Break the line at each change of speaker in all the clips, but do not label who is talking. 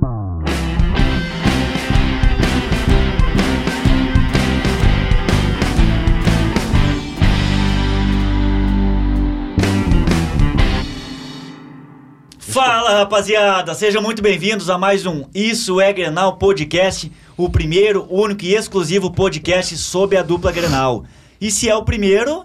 Ah.
Fala, rapaziada! Sejam muito bem-vindos a mais um Isso é Grenal Podcast, o primeiro, único e exclusivo podcast sobre a dupla Grenal. E se é o primeiro,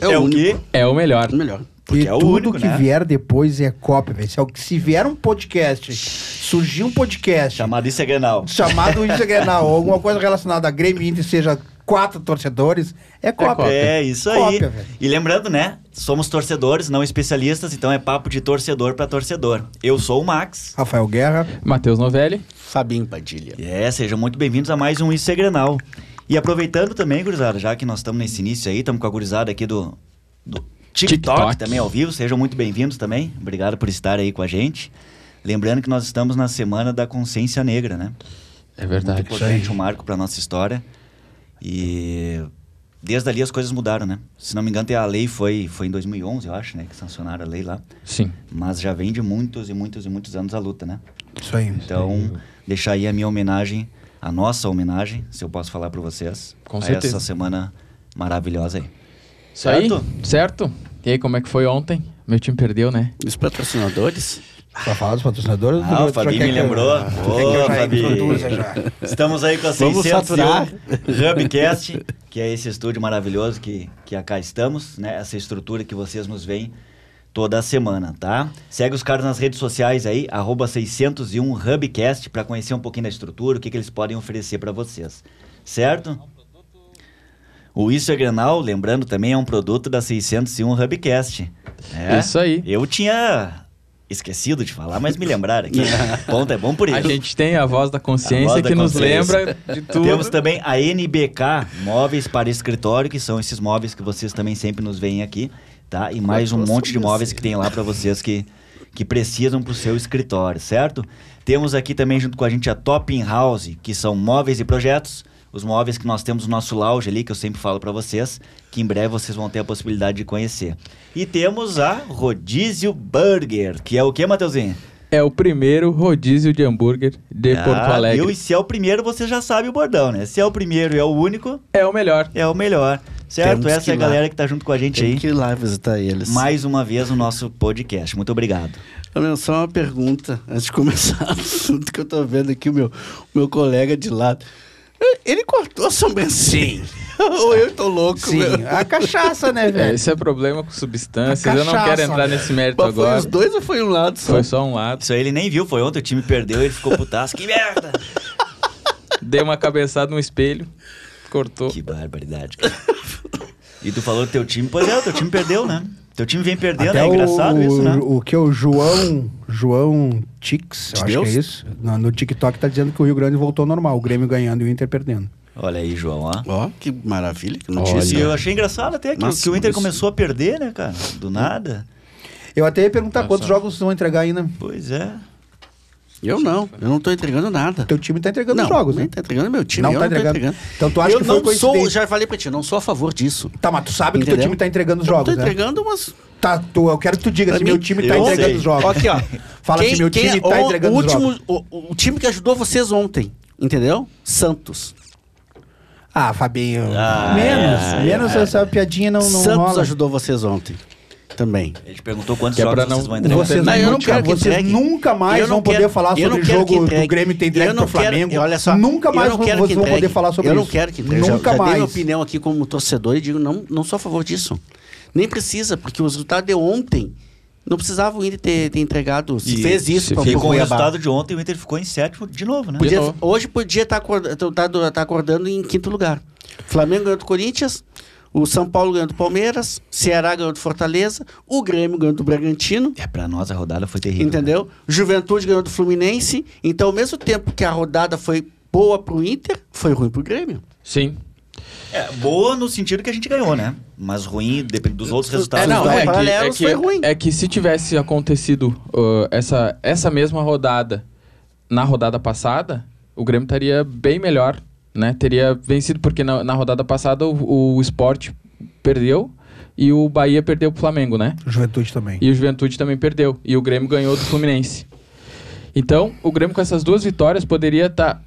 é, o
único.
quê?
É o melhor.
Melhor.
Porque
e
é o
tudo
único,
que
né?
vier depois é cópia, velho. Se, al- se vier um podcast, surgir um podcast
Chamado Isso é Grenal.
chamado Isso é Grenal, ou alguma coisa relacionada a Grêmio e Inter, seja quatro torcedores, é cópia.
É, isso aí.
Cópia, velho.
e lembrando, né? Somos torcedores, não especialistas, então é papo de torcedor pra torcedor. Eu sou o Max.
Rafael Guerra,
Matheus Novelli.
Fabinho Padilha.
É, sejam muito bem-vindos a mais um Isso é Grenal. E aproveitando também, gurizada, já que nós estamos nesse início aí, estamos com a gurizada aqui do, do TikTok,
TikTok.
também ao vivo, sejam muito bem-vindos também. Obrigado por estar aí com a gente. Lembrando que nós estamos na Semana da Consciência Negra, né?
É
Muito
verdade.
importante, um marco para nossa história. E desde ali as coisas mudaram, né? Se não me engano, tem a lei foi, foi em 2011, eu acho, né? Que sancionaram a lei lá.
Sim.
Mas já vem de muitos e muitos e muitos anos a luta, né?
isso aí.
Então, deixar aí a minha homenagem, a nossa homenagem, se eu posso falar para vocês.
Com
a
certeza.
Essa semana maravilhosa aí.
Isso aí?
Certo?
Certo? E aí, como é que foi ontem? Meu time perdeu, né?
Os patrocinadores.
Pra falar dos patrocinadores...
Ah,
tu-
o
tu
Fabinho
quer
me
que eu-
lembrou.
tu quer que eu
Ô,
já
Fabi.
introduza já?
Estamos aí com a
Vamos
601
saturar.
Hubcast, que é esse estúdio maravilhoso que, que acá estamos, né? Essa estrutura que vocês nos veem toda semana, tá? Segue os caras nas redes sociais aí, arroba 601 Hubcast, para conhecer um pouquinho da estrutura, o que, que eles podem oferecer para vocês, certo? O Isso é Granal, lembrando também, é um produto da 601 Hubcast. né?
Isso aí.
Eu tinha esquecido de falar, mas me lembraram aqui. Ponto é bom por isso.
A gente tem a voz da consciência
A voz da
que nos
consciência.
lembra de tudo.
Temos também a NBK, móveis para escritório, que são esses móveis que vocês também sempre nos veem aqui, tá? E mais um
Cortou a
monte de móveis
sobrancelha.
que tem lá para vocês que, que precisam para o seu escritório, certo? Temos aqui também junto com a gente a Top In House, que são móveis e projetos. Os móveis que nós temos no nosso lounge ali, que eu sempre falo para vocês, que em breve vocês vão ter a possibilidade de conhecer. E temos a Rodízio Burger, que é o que, Matheusinho?
É o primeiro rodízio de hambúrguer de
Ah,
Porto Alegre.
viu? E se é o primeiro, você já sabe o bordão, né? Se é o primeiro e é o único,
É o melhor.
é o melhor. Certo?
Temos
Essa
que
é a
ir lá.
galera que tá junto com a gente
Tem
aí.
que ir lá visitar eles.
Mais uma vez no nosso podcast. Muito obrigado.
Ô, meu, só uma pergunta, antes de começar o assunto que eu tô vendo aqui, o meu, o meu colega de lado. Eh, Ele cortou a sobrancelha. Ou eu tô louco,
Sim,
meu.
a cachaça, né,
É,
velho?
Esse é problema com substâncias. eu não
Cachaça,
quero entrar
né?
nesse mérito
Mas foi
agora.
os dois ou foi um lado só?
Foi só um lado.
Isso aí ele nem viu, foi ontem, o time perdeu, ele ficou putaço. que merda!
Dei uma cabeçada no espelho, cortou.
Que barbaridade, cara. E tu falou do teu time, pois é, o teu time perdeu, né? Teu time vem perdendo,
Até
é engraçado
o,
isso, né?
O que é o João. João Tix, eu acho
Deus?
que é isso. No, no TikTok tá dizendo que o Rio Grande voltou ao normal, o Grêmio ganhando e o Inter perdendo.
Olha aí, João, ó.
Ó, que maravilha, que
E
notícia.
eu achei engraçado até que,
Nossa,
que o Inter
isso. Hum.
começou a perder, né, cara? Do nada.
Eu até ia perguntar quantos
só.
jogos vão entregar ainda.
Pois é.
Eu não, eu não tô entregando nada.
Teu time tá entregando
não,
jogos, né?
nem tá entregando meu time.
Não
eu
tá
não tô
entregando.
entregando.
Então tu acha
eu
que foi
não sou,
coincidência?
já falei pra ti, não sou a favor disso.
Tá, mas tu sabe que teu
Entendeu?
time tá entregando os
Eu
jogos,
Tô
né?
entregando, mas.
Tá, tu, eu quero que tu diga
pra
se
mim-
meu time tá
eu
entregando
sei.
os jogos.
Aqui, ó.
Fala se meu time tá
o-
entregando
o
os
último,
jogos.
O, o time que ajudou vocês ontem, entendeu? Santos.
Ah, Fabinho.
Ah,
menos.
é,
menos essa piadinha não, não
Santos
rola.
ajudou vocês ontem. Também.
Ele te perguntou quantos
Que é
jogos
pra não-
vocês vão entregar.
Vocês,
Não, eu não
nunca,
quero que
vocês
entregue.
nunca mais
Eu não
vão poder
quero-
falar sobre
eu
o
não quero que
jogo do
entregue.
Grêmio ter entregue
Eu não
pro
quero-
Flamengo.
eu- olha só,
nunca
eu
mais
não
vão-
quero
vocês
que
vão poder
entregue.
falar sobre
eu
isso.
não quero que entregue.
Nunca
já, já dei
mais.
minha opinião aqui como torcedor e digo, não, não sou a favor disso. Nem precisa, porque o resultado de ontem não precisava o Inter ter, ter entregado. Se
E
fez isso
se
pra-
E
pro
ficou
com o
Cuiabá.
resultado de ontem, o Inter ficou em sétimo de novo, né?
um Podia-
novo.
hoje podia tá então estar acordando, tá acordando em quinto lugar. Flamengo ganhou do Corinthians, o São Paulo ganhou do Palmeiras, Ceará ganhou do Fortaleza, o Grêmio ganhou do Bragantino,
É, pra nós a rodada foi terrível.
entendeu? Juventude ganhou do Fluminense. Então, ao mesmo tempo que a rodada foi boa pro Inter, foi ruim pro Grêmio.
Sim.
É, boa no sentido que a gente ganhou, né? Mas ruim depende dos outros resultados.
É, não,
Então,
é. paralelos foi
é
ruim.
é que se tivesse acontecido uh, essa, essa mesma rodada na rodada passada, o Grêmio estaria bem melhor, né? Teria vencido, porque na, na rodada passada o, o Sport perdeu e o Bahia perdeu pro Flamengo, né?
Juventude também.
E o Juventude também perdeu. E o Grêmio ganhou do Fluminense. Então, o Grêmio com essas duas vitórias poderia estar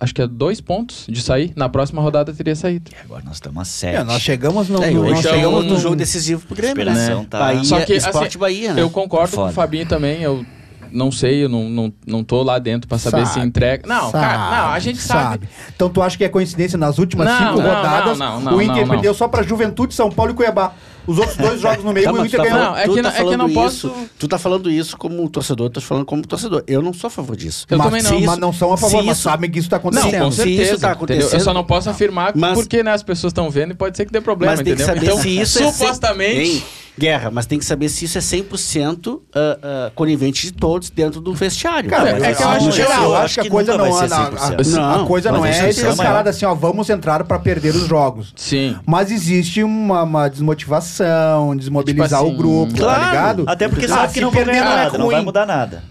acho que é dois pontos de sair. Na próxima rodada teria saído.
Agora nós estamos a
É,
sete.
nós chegamos no.
É,
no-
hoje
nós
então-
chegamos
chegamos no jogo decisivo pro Grêmio,
Inspiração
né?
tá-
Bahia,
Só que,
Esporte
assim,
Bahia, né?
Eu concordo com
Foda.
o Fabinho também, eu não sei, eu não, não, não tô lá dentro pra saber se
Sabe,
entrega. Não, cara, não, a gente sabe.
Então tu acha que é coincidência nas últimas
Não,
cinco
não,
rodadas
não, não, não,
o Inter
não, não.
perdeu só pra Juventude, São Paulo e Cuiabá. Os outros dois jogos no meio
Tá,
o
mas tu
Inter
tá
ganhou.
Não,
falando-
é
tu tá
que não- é que eu
falando
não
isso-
posso-
Tu tá falando isso como torcedor, eu tô falando como torcedor. Eu não sou a favor disso.
Eu
mas,
também não.
se isso- mas
Se
não são a favor,
se
mas
isso-
sabem que isso tá
Não,
acontecendo.
com
se isso
certeza.
tá
entendeu? Eu
acontecendo-
só não posso afirmar
Mas-
porque né, as pessoas estão vendo e pode ser que dê problema,
Mas tem que
entendeu?
saber
então,
se isso é...
supostamente.
cem- Hein, Guerra, mas tem que saber se isso é 100% ah, ah, conivente de todos dentro do vestiário.
Cara,
Não,
é que eu
eu
acho,
acho
geral,
que-
eu
ah,
eu
acho
acho
que a
que
coisa
nunca
não
vai
anda.
ser 100%.
A, a
Não,
coisa
mas
não
a
é
chance é
descarada
maior.
assim, ó, vamos entrar pra perder os jogos.
Sim.
Mas existe uma, uma desmotivação, desmobilizar
Tipo assim,
o grupo,
claro.
tá ligado?
Até porque
Ah,
sabe
se
que não vai
perder
mudar
não é
nada, não vai
ruim.
mudar nada.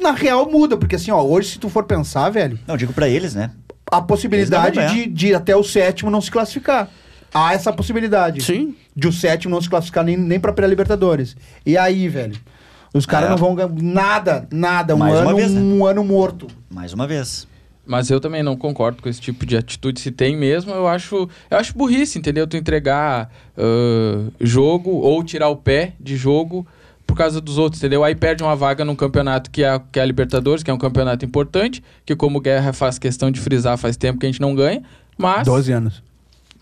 Na real muda, porque assim, ó, hoje se tu for pensar, velho,
Não, digo pra eles, né?
a
Eles
possibilidade
não vão
de, de ir até o sétimo não se classificar. Há essa possibilidade.
Sim.
De o sétimo não se classificar nem, nem pra pré-libertadores. E aí, velho? Os caras
É.
não vão ganhar nada, nada. Um
Mais uma
ano,
vez, né?
um ano morto.
Mais uma vez.
Mas eu também não concordo com esse tipo de atitude. Se tem mesmo, eu acho, eu acho burrice, entendeu? Tu entregar ãh, jogo ou tirar o pé de jogo por causa dos outros, entendeu? Aí perde uma vaga num campeonato que é, que é a Libertadores, que é um campeonato importante, que como Guerra faz questão de frisar, faz tempo que a gente não ganha, mas...
12 anos.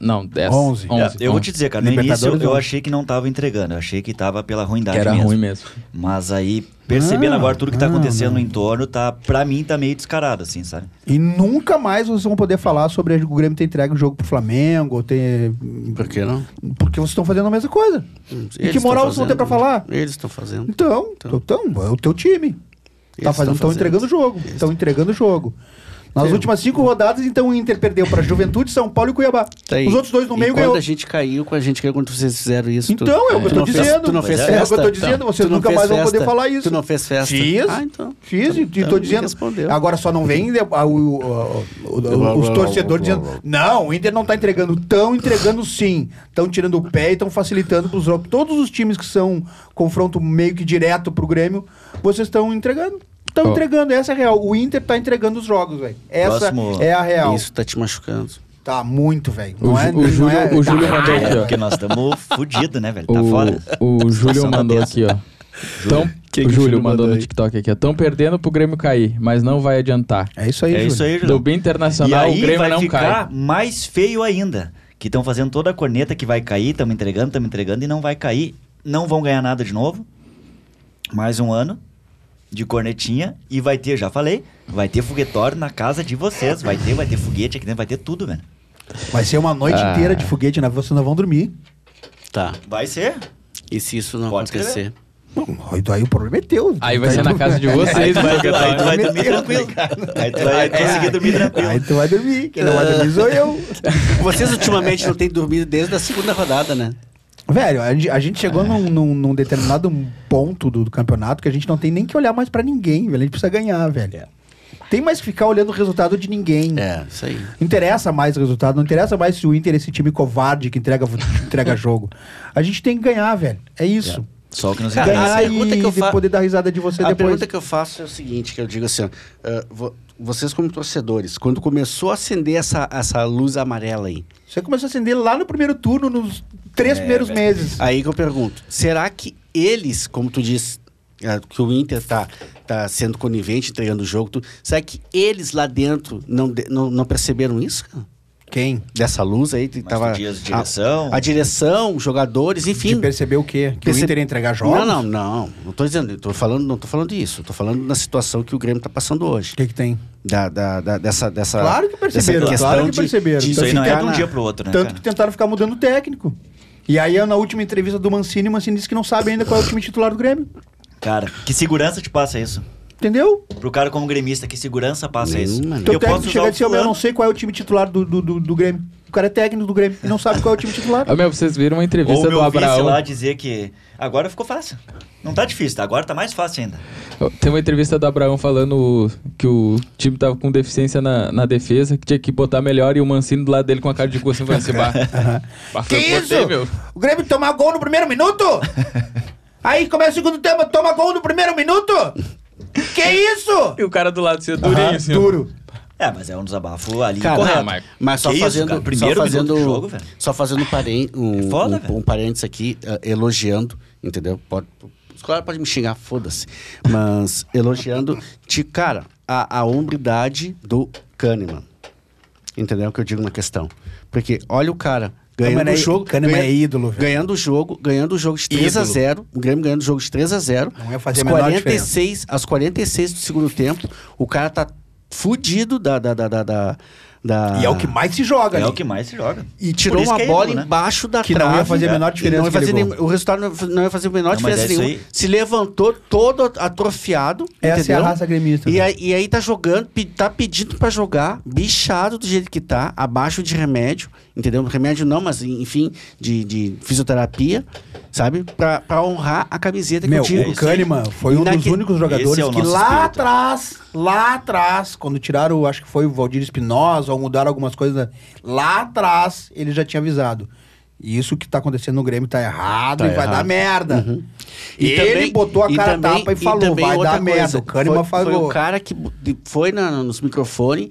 Não, 10.
Onze.
11.
É, eu vou te dizer, cara, no
Libertadores
início eu
não.
achei que não tava entregando, eu achei que tava pela ruindade
Que era
mesmo.
ruim mesmo.
Mas aí, percebendo
Não,
agora tudo que tá
não,
acontecendo
não.
no entorno, tá, pra mim tá meio descarado, assim, sabe?
E nunca mais vocês vão poder falar sobre o Grêmio ter entregue o jogo pro Flamengo, ou ter.
Por que não?
Porque vocês estão fazendo a mesma coisa. e que
Eles
moral
tão
vocês vão ter
fazendo.
pra falar?
Eles estão fazendo.
Então, então, é o teu time. Tá
Eles
fazendo, estão
tão fazendo.
entregando o jogo. Estão entregando o jogo. Nas
Sim.
últimas cinco rodadas, então o Inter perdeu pra Juventude, São Paulo e Cuiabá.
Tá aí.
Os outros dois no
E
meio
quando
ganhou.
a gente caiu, com a gente caiu quando vocês fizeram isso. tu-
Então, é o que eu
tu
tô
não fez-
dizendo.
tu não fez
Mas
é o que
festa? tá?
eu tô dizendo, vocês
Tu não
nunca
fez
mais vão
festa?
poder falar isso.
Tu não fez festa?
Fiz.
Ah, então.
Fiz, e
Então,
tô
me
dizendo.
respondeu.
Agora só não vem ah, o- o- o- o- os torcedores dizendo: não, o Inter não tá entregando. Estão entregando sim. Estão tirando o pé e estão facilitando pros outros. Todos os times que são confronto meio que direto pro Grêmio, vocês estão entregando. Estão
Ó.
entregando, essa é a real. O Inter tá entregando os jogos, velho. Essa
Próximo.
é a real.
Isso tá te machucando.
Tá muito, velho.
O
Não é,
Ju- o
não
Júlio-
é-
o Júlio mandou
velho.
É,
aqui, ó.
porque nós estamos fudidos, né, velho? Tá fora.
O, o Júlio
Situação da
mandou
mesa.
aqui, ó. Tão,
que
o
o Júlio
Júlio mandou
mandou
no
aí?
TikTok aqui, ó. Tão perdendo pro Grêmio cair, mas não vai adiantar.
É isso aí,
É isso
Júlio.
aí,
Do
Julião.
bem
E
internacional, o
aí
Grêmio
vai
não
ficar
cai.
mais feio ainda. Que estão fazendo toda a corneta que vai cair, estamos entregando, estamos entregando e não vai cair. Não vão ganhar nada de novo. Mais um ano de cornetinha e vai ter, já falei, vai ter foguetório na casa de vocês. Vai ter, vai ter foguete aqui dentro, vai ter tudo, velho.
Vai ser uma noite
Ah.
inteira de foguete, né? Vocês não vão dormir.
Tá.
Vai ser.
E se isso não
Pode escrever.
acontecer?
Bom, aí, aí o problema é teu.
Aí vai ser na casa de vocês,
Aí tu vai,
vai
dormir tranquilo. Aí tu vai conseguir dormir tranquilo.
Aí tu vai dormir. Quem não vai dormir sou eu.
Vocês ultimamente não têm dormido desde a segunda rodada, né?
Velho, a gente, a gente chegou num, num- num determinado ponto do, do campeonato que a gente não tem nem que olhar mais pra ninguém, velho. A gente precisa ganhar, velho. Tem mais que ficar olhando o resultado de ninguém.
É, isso aí.
Não interessa mais o resultado, não interessa mais se o Inter é esse time covarde que entrega, entrega jogo. A gente tem que ganhar, velho. É isso.
Só o que nos
Cara,
interessa.
Ganhar
a pergunta
e
que eu fa-
poder dar risada de você
a
depois.
pergunta que eu faço é o seguinte, que eu digo assim, ó, ah, vo- vocês como torcedores, quando começou a acender essa, essa luz amarela aí,
Você começou a acender lá no primeiro turno, nos três primeiros meses.
Aí que eu pergunto, será que eles, como tu disse, é, que o Inter tá, tá sendo conivente, entregando o jogo, tu- será que eles lá dentro não, de- não, não perceberam isso? cara?
Quem?
Dessa luz aí que
Mas
tava...
tu diz
a-
direção?
A, direção, os jogadores, enfim.
De perceber o quê? Que
Perce-
o Inter ia entregar jogos?
Não, não, não. Não tô dizendo, eu tô falando, não tô falando isso. Eu Tô falando da situação que o Grêmio tá passando hoje.
O que que tem?
Da, da- da- dessa, dessa,
Claro que perceberam,
dessa questão
claro que
de,
perceberam.
de
Isso aí não é
ficar
de um
na-
dia pro outro, né?
Tanto
cara?
que tentaram ficar mudando o técnico. E aí, na última entrevista do Mancini, o Mancini disse que não sabe ainda qual é o time titular do Grêmio.
Cara, que segurança te passa isso?
Entendeu?
Pro cara como gremista, que segurança passa isso?
Nenhuma, né?
Então
Eu
o técnico
posso usar
chega e
o
diz, eu não
fulano.
sei qual é o time titular do, do, do, do Grêmio. O cara é técnico do Grêmio e não sabe qual é o time titular.
Ah, meu, vocês viram uma
Ou
entrevista
o
do
meu vice
Abraão.
lá dizer que agora ficou fácil. Não tá difícil, tá? agora tá mais fácil ainda.
Tem uma entrevista do Abraão falando que o time tava com deficiência na, na defesa, que tinha que botar melhor e o Mancini do lado dele com a cara de cu assim, falando assim, bah. bah,
Que
foi por
isso?
você, meu.
O Grêmio tomar gol no primeiro minuto? aí começa o segundo tempo, toma gol no primeiro minuto? Que isso?
E o cara do lado assim,
Aham,
durinho, assim. ó.
duro.
É, mas é um desabafo ali.
Cara, ah,
correto.
não, mas-
Mas só
Que isso,
fazendo,
cara? Primeiro
só
minuto
fazendo,
do jogo, velho.
só fazendo parê- um,
É foda,
um-
velho.
um parênteses aqui, eh, elogiando, entendeu? Pode, os caras podem me xingar, foda-se. Mas elogiando, de, cara, a, a hombridade do Kahneman. Entendeu o que eu digo na questão? Porque olha o cara ganhando
Kahneman
o
é-
jogo.
Kahneman é ídolo, velho.
Ganhando o jogo, ganhando o jogo de 3 a
Ídolo.
0 O Grêmio ganhando o jogo de 3 a 0
Não ia fazer a
aos
menor
46, aos 46 do segundo tempo, o cara tá fudido da. da, da, da, da- da-
E é o que mais se joga,
Ah. É
né?
o que mais se joga.
E
Por
tirou
isso
uma
que é
bola
ídolo, né?
embaixo da
Que não ia
trave.
fazer a menor
É.
diferença
E Não ia fazer
aquele
nenhum- o resultado não ia, não ia fazer a menor
Não, mas
diferença
é isso
nenhuma.
aí.
Se levantou todo atrofiado.
Essa
entendeu?
é a raça gremista.
E
né?
aí, e aí tá jogando, pe- tá pedindo pra jogar, bichado do jeito que tá, abaixo de remédio, entendeu? Remédio não, mas enfim, de, de fisioterapia, sabe? Pra, pra honrar a camiseta
Meu, é
que eu
o
digo.
Kahneman foi um dos
Inaque-
únicos jogadores
Esse é o
que
nosso
lá
espírito.
atrás, lá atrás, quando tiraram, o- acho que foi o Valdir Espinosa, ou mudaram algumas coisas, né? lá atrás ele já tinha avisado. E isso que tá acontecendo no Grêmio tá errado
Tá
e vai
errado.
dar merda.
E
ele botou a
e
cara a
também-
tapa e falou,
também
vai
outra
dar merda. O Kahneman
foi, foi o
falou.
cara que bu- de- foi na- nos microfones,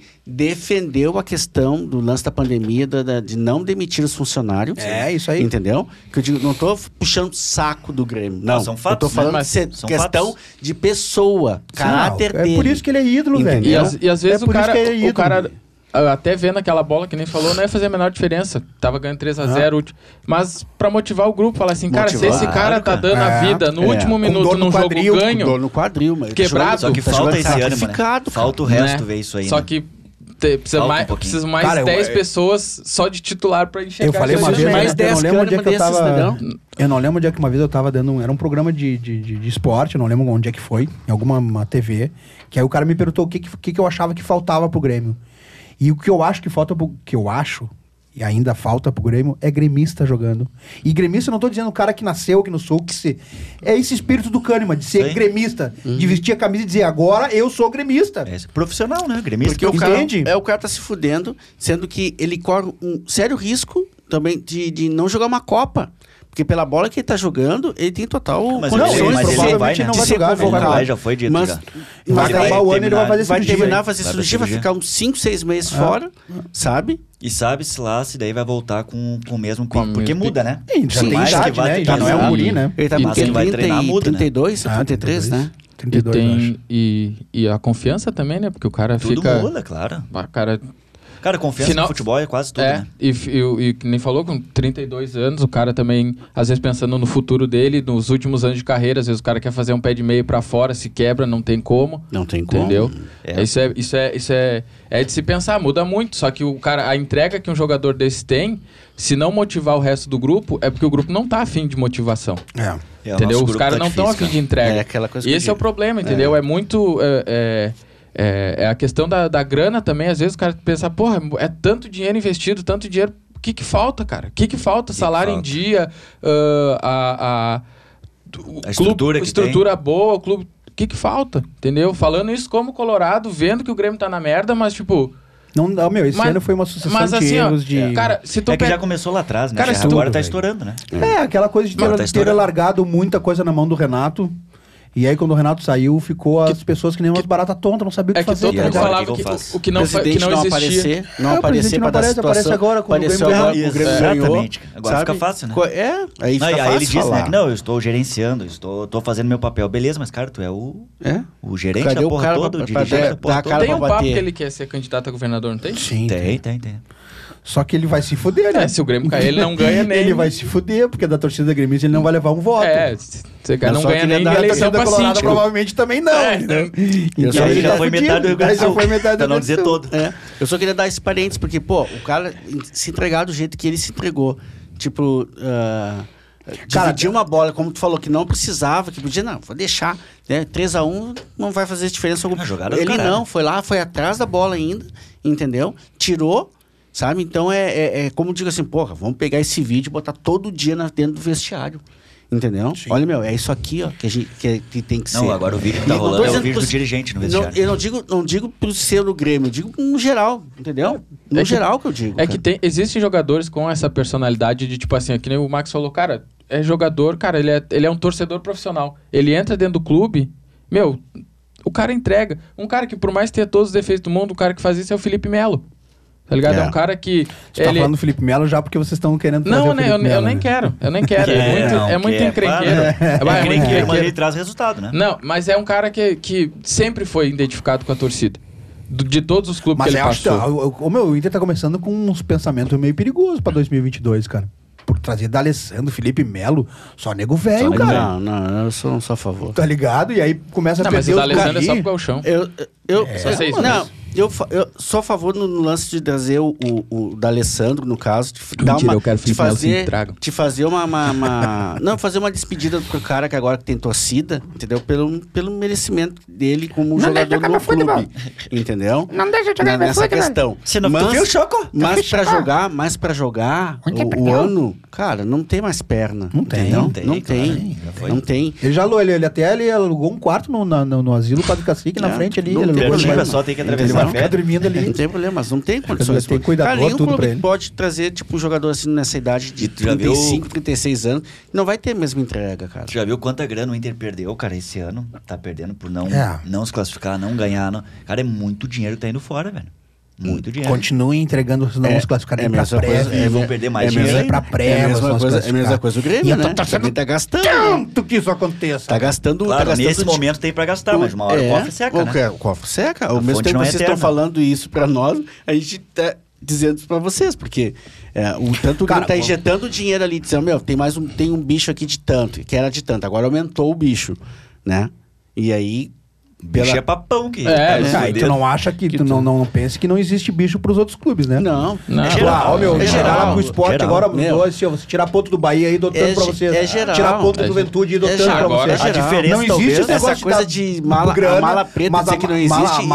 defendeu a questão do lance da pandemia, da- da- de não demitir os funcionários.
É, isso aí.
Entendeu? Que eu digo, não tô puxando saco do Grêmio. Não,
são fatos,
eu tô
né?
falando
Mas
de ser-
são
questão
fatos.
de pessoa, caráter
Não,
dele.
É por isso que ele é ídolo,
Entendeu?
velho.
E, às- e às vezes
É
o
por isso
cara,
que ele é
o
ídolo.
cara ah, até vendo aquela bola que nem falou, não ia fazer a menor diferença. Tava ganhando 3 a 0 ulti- Mas pra motivar o grupo, falar assim, cara, se
Motivar,
esse cara
cara.
tá dando a
É,
vida no
é.
último
Com
minuto
dor no
num jogo
quadril, com
ganho,
Dor no quadril, mas...
Quebrado.
Só que
tá
falta
jogando
esse ano, né?
sacrificado, cara.
Falta o resto
né?
ver isso aí.
Só
né?
que te- precisa,
Falta um
mais,
pouquinho.
precisa mais
Cara, eu-
10
é-
pessoas só de titular pra enxergar.
Eu falei
isso
uma
aí. né?
vez,
mais
mas eu não
10
lembro onde é que eu
Kahneman
tava.
desses,
Eu não lembro onde é que uma vez eu tava dando. um- Era um programa de, de, de, de esporte, eu não lembro onde é que foi, em alguma uma TV. Que aí o cara me perguntou o que, que, que que eu achava que faltava pro Grêmio. E o que eu acho que falta pro. que eu acho. E ainda falta pro Grêmio é gremista jogando. E gremista, eu não tô dizendo o cara que nasceu aqui no Sul, que se. É esse espírito do Kahneman, de ser
Sim. Uhum.
gremista, de vestir a camisa e dizer agora eu sou gremista.
É isso. profissional, né? Gremista.
Porque o cara,
Entende?
é, o cara tá se fudendo, sendo que ele corre um sério risco também de, de não jogar uma Copa. Porque pela bola que ele tá jogando, ele tem total
Mas
Não, ele- mas
condições
ele
provavelmente,
vai, né?
de
Não vai
ser
jogar,
Ele
convocado.
não vai, já foi dito.
Mas,
já.
mas
Vai
daí
acabar o ano, ele vai
terminar-
fazer
vai
cirurgia.
terminar,
Vai
fazer
pra
cirurgia, né? vai
cirurgia.
ficar uns 5, 6 meses fora, sabe?
E sabe-se lá se daí vai voltar com, com o mesmo
Com o
pico. Porque
mesmo pique.
muda, né?
Sim, já
Por
tem
mais que
idade,
vá
né?
tentando
Já não é um
mudar,
guri, né?
Ele tá
E
com
quem vai
30
treinar
e-
muda, né?
32,
Ah,
33, né?
E,
32, eu acho.
tem, e, e a confiança também, né? Porque o cara
Tudo
fica...
muda, claro.
Ah, Cara,
Cara, confiança
Final-
no futebol é quase tudo,
é,
né?
e, f- e, o- e que nem falou, com 32 anos, o cara também, às vezes pensando no futuro dele, nos últimos anos de carreira, às vezes o cara quer fazer um pé de meio pra fora, se quebra, não tem como.
Não tem como.
Entendeu?
É.
Isso, é, isso, é, isso é, é de se pensar, muda muito. Só que o cara, a entrega que um jogador desse tem, se não motivar o resto do grupo, é porque o grupo não tá afim de motivação.
É.
É, o
entendeu?
nosso
Os
grupo
caras
tá
não estão
difícil,
afim de
cara.
entrega.
É aquela coisa
e
que eu
esse é o
digo.
problema, entendeu? É, muito. É, é, é- é a questão da, da grana também, às vezes o cara pensa, porra, é tanto dinheiro investido, tanto dinheiro. O que, que falta, cara? O que, que falta?
que
Salário
falta?
em dia, ah, a, a, o
A estrutura que
estrutura boa, o clube. O que, que falta? Entendeu? Falando isso como Colorado, vendo que o Grêmio tá na merda, mas tipo.
Não, dá- meu, esse
mas,
ano foi uma sucessão
mas
de
assim, ó,
erros de.
Cara, se tu
É que
pe-
já começou lá atrás, né?
Cara,
Já
se tu-
agora tá
velho.
estourando, né?
É, aquela coisa de ter,
Não, tá
ter
estourado.
largado muita coisa na mão do Renato. E aí, quando o Renato saiu, ficou as pessoas que nem umas baratas tontas, não sabia o que
É que
fazer.
todo
E
tá
mundo
agora,
ligado?
fala- o que
falava que,
que eu faço?
o que
o
não, fa- que
presidente
não
não,
existia.
aparecer, não
É, o
aparecer
presidente
para
não
dar
aparece,
situação.
aparece agora quando o
apareceu
Grêmio
agora,
ganha.
o Grêmio
Exatamente.
ganhou.
Agora fica fácil, né?
Co- É, aí fica
Não, e
fácil
aí ele diz, né,
falar.
que não, eu estou gerenciando, estou tô fazendo meu papel. Beleza, mas cara, tu é o,
É?
o gerente
Cadê
da
o
porra
cara
toda,
pra-
o
pra
dirigente
dar-
da porra
dar a
toda.
cara
tem um
pra
papo
bater.
que ele quer ser candidato a governador, não tem?
Sim,
Tem, tem, tem.
Só que ele vai se fuder, né?
É, se o Grêmio cair, ele não ganha nem.
Ele vai se fuder, porque da torcida gremista ele não vai levar um voto.
É, você cara não
só
ganha
queria
nem
da torcida
eleição pra
colorada
síndico.
provavelmente também não.
É,
né?
né?
E
Isso
aí
aí
ele
já
tá
foi
fudido,
metade do Rio Grande
aí
do
já
Sul.
foi metade do
Pra não
Rio Grande
dizer
do Sul.
todo.
É, eu só queria dar esse parênteses, porque, pô, o cara se entregar do jeito que ele se entregou. Tipo, ah, dividir uma bola, como tu falou, que não precisava, que podia, não, vou deixar. Né? 3x1 não vai fazer diferença alguma.
Ah, jogada do
ele
caralho.
não, foi lá, foi atrás da bola ainda, entendeu? Tirou, sabe? Então é, é, é como digo assim, porra, vamos pegar esse vídeo e botar todo dia na, dentro do vestiário. Entendeu? Olha, meu, é isso aqui, ó, que, a gente, que, que tem que
Não,
ser.
agora o vídeo que
E
tá
não tô
rolando é o
dizendo
vídeo
pro-
do dirigente no
não,
vestiário.
eu não digo, não digo pro ser do Grêmio, eu digo no geral, entendeu? No
É que-
geral que eu digo.
É
cara.
que tem, existem jogadores com essa personalidade de tipo assim, é que nem o Max falou, cara, é jogador, cara, ele é, ele é um torcedor profissional. Ele entra dentro do clube, meu, O cara entrega. Um cara que, por mais ter todos os defeitos do mundo, o cara que faz isso é o Felipe Melo. Tá ligado? É,
É.
um cara que.
Você tá falando do Felipe Melo já porque vocês estão querendo trazer
Não,
o
né?
Felipe
Eu, eu
Melo,
nem
né?
quero. Eu nem quero.
Quer,
É muito,
não
é muito
quer,
encrenqueiro.
claro. né?
É, vai, é muito
Encrenqueiro, mas ele
encrenqueiro.
traz resultado, né?
Não, mas é um cara que, que sempre foi identificado com a torcida. Do- de todos os clubes
Mas
que
eu
ele
acho que
passou.
tá- o, o meu o Inter tá começando com uns pensamentos meio perigosos pra 2022, cara. Por trazer D'Alessandro, Felipe Melo, só nego velho, cara.
Não, não, eu sou, não sou a favor.
Tá ligado? E aí começa a
Não, mas
perder
o
os
da Alessandro é só
guri.
pro galchão.
Eu, eu,
É, Só
eu-
seis
não,
meses.
eu, fa- eu sou a favor no, no lance de trazer o, o, o da Alessandro, no caso, de f- dar
Mentira,
uma,
eu quero
de
Felipe Melo, sim,
fazer,
traga.
de fazer uma, uma- uma- não, fazer uma despedida pro cara que agora que tem torcida, entendeu? Pelo, pelo merecimento dele como jogador do clube, entendeu? Não é deixa jogar nessa questão.
Se não- tu viu, Choco? Tu
Tá
Mas para jogar, mas para jogar o, o ano, cara, não tem mais perna,
é Não tem,
entendeu?
não tem,
não tem,
claro, já foi.
não tem.
Ele já alugou, ele, ele até ele alugou um quarto no, na- no, no asilo Padre Cacique na
É,
frente ali.
não
Ele
tem
alugou, ele
problema,
vai-
só tem que
ele
atravessar
vai
a
ficar
pedra.
dormindo
Não
ali.
tem problema, mas não tem condições.
tem
pô.
cuidador,
Cara, nenhum
tudo
clube
pra ele.
pode trazer, tipo, um jogador assim nessa idade de
Tu já viu-
35, 36 anos, não vai ter a mesma entrega, cara.
Tu já viu quanta grana o Inter perdeu, cara, esse ano? Tá perdendo por não,
É.
não se classificar, não ganhar. Não... Cara, é muito dinheiro que tá indo fora, velho. Muito dinheiro.
Continue entregando, senão
É,
vamos classificar
é a
ele pra
mesma coisa,
E
prévia.
é-
vão perder mais
é
dinheiro.
mesmo,
ainda.
pra pré-
é a
Trevas
mesmo
vão se
coisa, é a
classificar.
mesma coisa do Grêmio,
E eu
né?
tô torcendo
Também tá gastando, né?
Tanto que isso aconteça.
Tá gastando, tá
Claro,
gastando
nesse
de-
momento tem pra gastar, Tá, mas uma hora
é,
o cofre seca, né?
o- O cofre seca. Ao
A
mesmo
fonte
tempo
não
que
é
vocês estão
eterna.
falando isso pra nós, a gente tá dizendo isso pra vocês, porque é, o tanto que
Cara,
tá
bom.
injetando dinheiro ali, dizendo, meu, tem mais um, tem um bicho aqui de tanto, que era de tanto, agora aumentou o bicho, né? E aí...
Bicho é papão que. tá
né?
se
Tá, e tu
fudendo.
não acha que, tu não, não, não pense que não existe bicho pros outros clubes, né?
Não.
Não.
É
Tipo,
geral.
ah, ó, meu,
é
tirar
geral.
pro esporte
geral.
agora
Meu.
mudou assim, ó. Você tirar ponto do Bahia e dotando
É
pra
ge-
vocês.
é geral.
Tirar ponto
É
do
ge-
Juventude e dotando
geral.
pra
Agora é
vocês.
A
geral.
diferença,
não existe
talvez,
esse negócio
Essa coisa
dar
de mala-
grana,
a mala preta
mas
dizer que não existe, existe,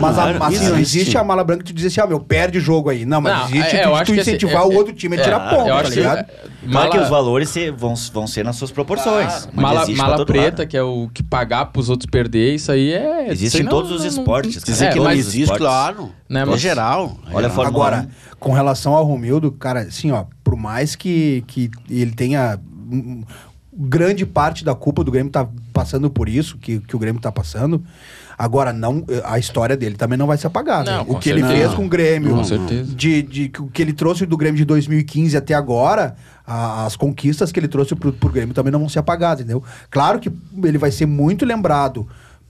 mas a,
claro,
mas assim, não
existe.
existe a mala branca que tu diz assim, ah, meu, perde jogo aí. Não, mas
Não,
existe
é,
tu,
eu acho
tu
que assim,
incentivar
é-
o outro time a
é,
tirar
eu
ponto, tá
acho que-
ligado?
Claro que
Mala-
os valores se- vão, vão ser nas suas proporções. mas
Mala,
existe pra
mala
todo
preta,
lado.
que é o que pagar pros outros perder, isso aí é.
Existe
isso aí
em
não-
todos os
não-
esportes. cara.
Dizer
É,
que não
Todos os
existe,
esportes.
claro.
Né,
É
mas-
geral. é
Olha a
geral.
Fórmula um.
Agora, com relação ao Romildo, cara, assim, ó, por mais que, que ele tenha hum, grande parte da culpa do Grêmio tá passando por isso, que, que o Grêmio tá passando, agora não, a história dele também não vai se apagar, né?
Não,
O
com
que ele
certeza.
fez com o Grêmio,
Com certeza.
de, de que o que ele trouxe do Grêmio de 2015 até agora, a- as conquistas que ele trouxe pro, pro Grêmio também não vão ser apagadas, entendeu? Claro que ele vai ser muito lembrado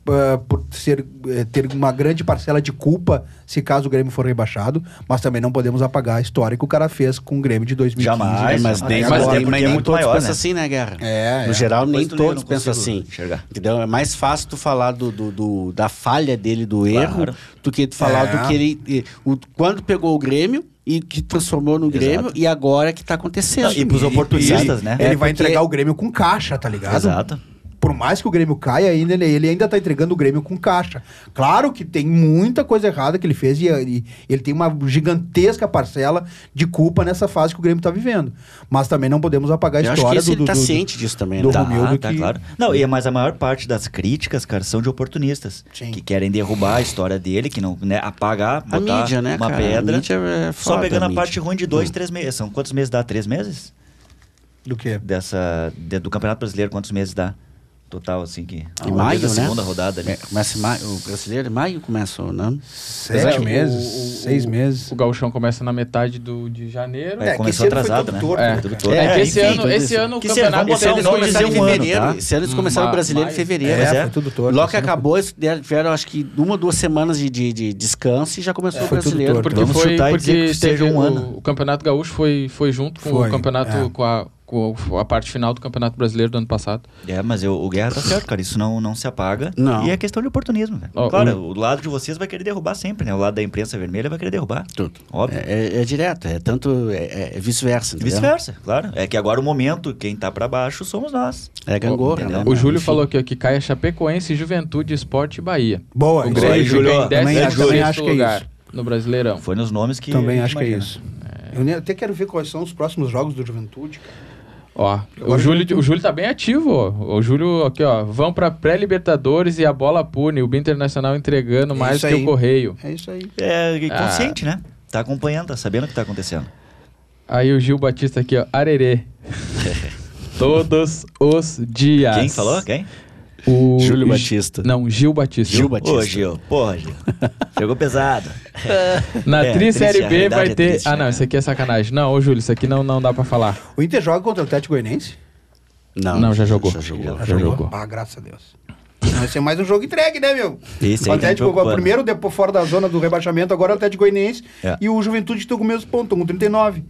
ah, por ser, eh, ter uma grande parcela de culpa se caso o Grêmio for rebaixado, mas também não podemos apagar a história que o cara fez com o Grêmio de 2015.
Jamais,
É, mas
Até
nem,
agora,
mas nem-
porque
mas
é
nem
muito
todos
maior,
pensam
né?
assim, né, Guerra?
É,
no
é.
geral, nem
Depois tu lê, eu
todos
não
pensam
consigo
assim.
enxergar.
Entendeu? É mais fácil tu falar do, do- do- da falha dele, do erro,
Claro.
do que tu falar
É.
do que ele. e- o- quando pegou o Grêmio e que transformou no
Exato.
Grêmio e agora que tá acontecendo.
Não, e pros
E-
oportunistas,
e-
né?
Ele
É,
vai
porque-
entregar o Grêmio com caixa, tá ligado?
Exato.
Por mais que o Grêmio caia, ainda ele, ele ainda tá entregando o Grêmio com caixa. Claro que tem muita coisa errada que ele fez e, e ele tem uma gigantesca parcela de culpa nessa fase que o Grêmio tá vivendo. Mas também não podemos apagar a
Eu acho que
história
esse
do,
ele
do,
tá
do-
ciente disso também,
do
né?
Tá,
Romildo
tá,
que-
claro. Não, e, mas a maior parte das críticas, cara, são de oportunistas.
Sim.
Que querem derrubar a história dele, que não, né, apagar,
A
botar
mídia, né,
uma
cara?
pedra.
A mídia é
só
foda,
pegando a
mídia. Hum.
parte ruim de dois, três meses. São quantos meses dá? Três meses?
do quê?
Dessa, de- do Campeonato Brasileiro, quantos meses dá? Total, assim, que...
Em
desde
maio,
a
né?
segunda rodada ali.
É, começa em maio, o brasileiro em maio começa, né? não?
Sete
É, o-
meses?
o-
seis
o-
meses?
O gauchão começa na metade do, de janeiro.
É,
que
começou
esse ano foi
atrasado,
todo
né?
torto,
É.
né,
Tudo
cara?
torto.
É, que
enfim,
esse ano,
tudo
esse
isso.
ano o
Que esse ano,
campeonato
vamos botar
não
eles
Eles
não
começaram
começaram
em
em
um ano,
fevereiro.
tá?
Esse ano eles começaram
Ma-
o brasileiro em
mais.
fevereiro.
É,
né?
foi
tudo torto,
Logo que
assim, não-
acabou, eles deram- tiveram acho que uma ou duas semanas de, de- de descanso e já começou o
foi tudo
brasileiro.
torto.
Porque
Vamos
foi
chutar e
porque
dizer que seja
teve
um
o,
ano.
o Campeonato Gaúcho foi, foi junto com
Foi,
o campeonato
é.
com, a, com a parte final do Campeonato Brasileiro do ano passado.
É, mas eu- o Guerra tá certo, cara. Isso não, não se apaga.
Não.
E é questão de oportunismo, velho.
Ó,
claro, o... lado de vocês vai querer derrubar sempre, né? O lado da imprensa vermelha vai querer derrubar.
Tudo.
Óbvio.
É, é- é direto, é tanto é, é- é
E
vice-versa. entendeu?
vice-versa, claro. É que agora o momento, quem tá pra baixo somos nós.
É gangorra,
Entendeu?
né?
Ah,
O Júlio
Enfim.
falou aqui ó, que cai a Chapecoense, Juventude, Esporte e Bahia.
Boa,
o
isso
Grêmio
aí,
fica
Júlio, ó,
em
também acho-
16º
também acho que é
lugar
isso.
no Brasileirão.
Foi nos nomes que.
Também
a gente
acho que é
imagina.
isso. Eu nem- até quero ver quais são os próximos jogos do Juventude, cara.
Ó,
Agora
o Júlio, o Júlio tá bem ativo, ó. O Júlio aqui, ó, vão pra pré-libertadores e a bola pune, o Internacional entregando
É
mais
isso
que
aí.
o Correio.
É isso aí.
É
Ah.
e consciente, né? Tá acompanhando, tá sabendo o que tá acontecendo.
Aí o Gil Batista aqui, ó, arerê. Todos os dias. Ah,
Quem falou? Quem?
O
Júlio
Gi-
Batista.
Não, Gil Batista.
Gil
Ô,
Batista.
Gil, porra, Gil. Chegou pesado.
Na
É,
Tri
triste,
Série
a
B
realidade
vai
é
ter.
triste,
ah, não,
né?
isso aqui é sacanagem. Não, ô Júlio, isso aqui não, não dá pra falar.
O Inter joga contra o Atlético Goianiense?
Não,
Não, já jogou.
Já jogou.
Já jogou.
Ah, graças a Deus. Vai ser mais um jogo entregue, né, meu?
Esse
o
aí tá
Atlético
preocupando.
primeiro, depois fora da zona do rebaixamento, agora o Atlético Goianiense
É.
e o Juventude estão com o mesmo ponto, com 39.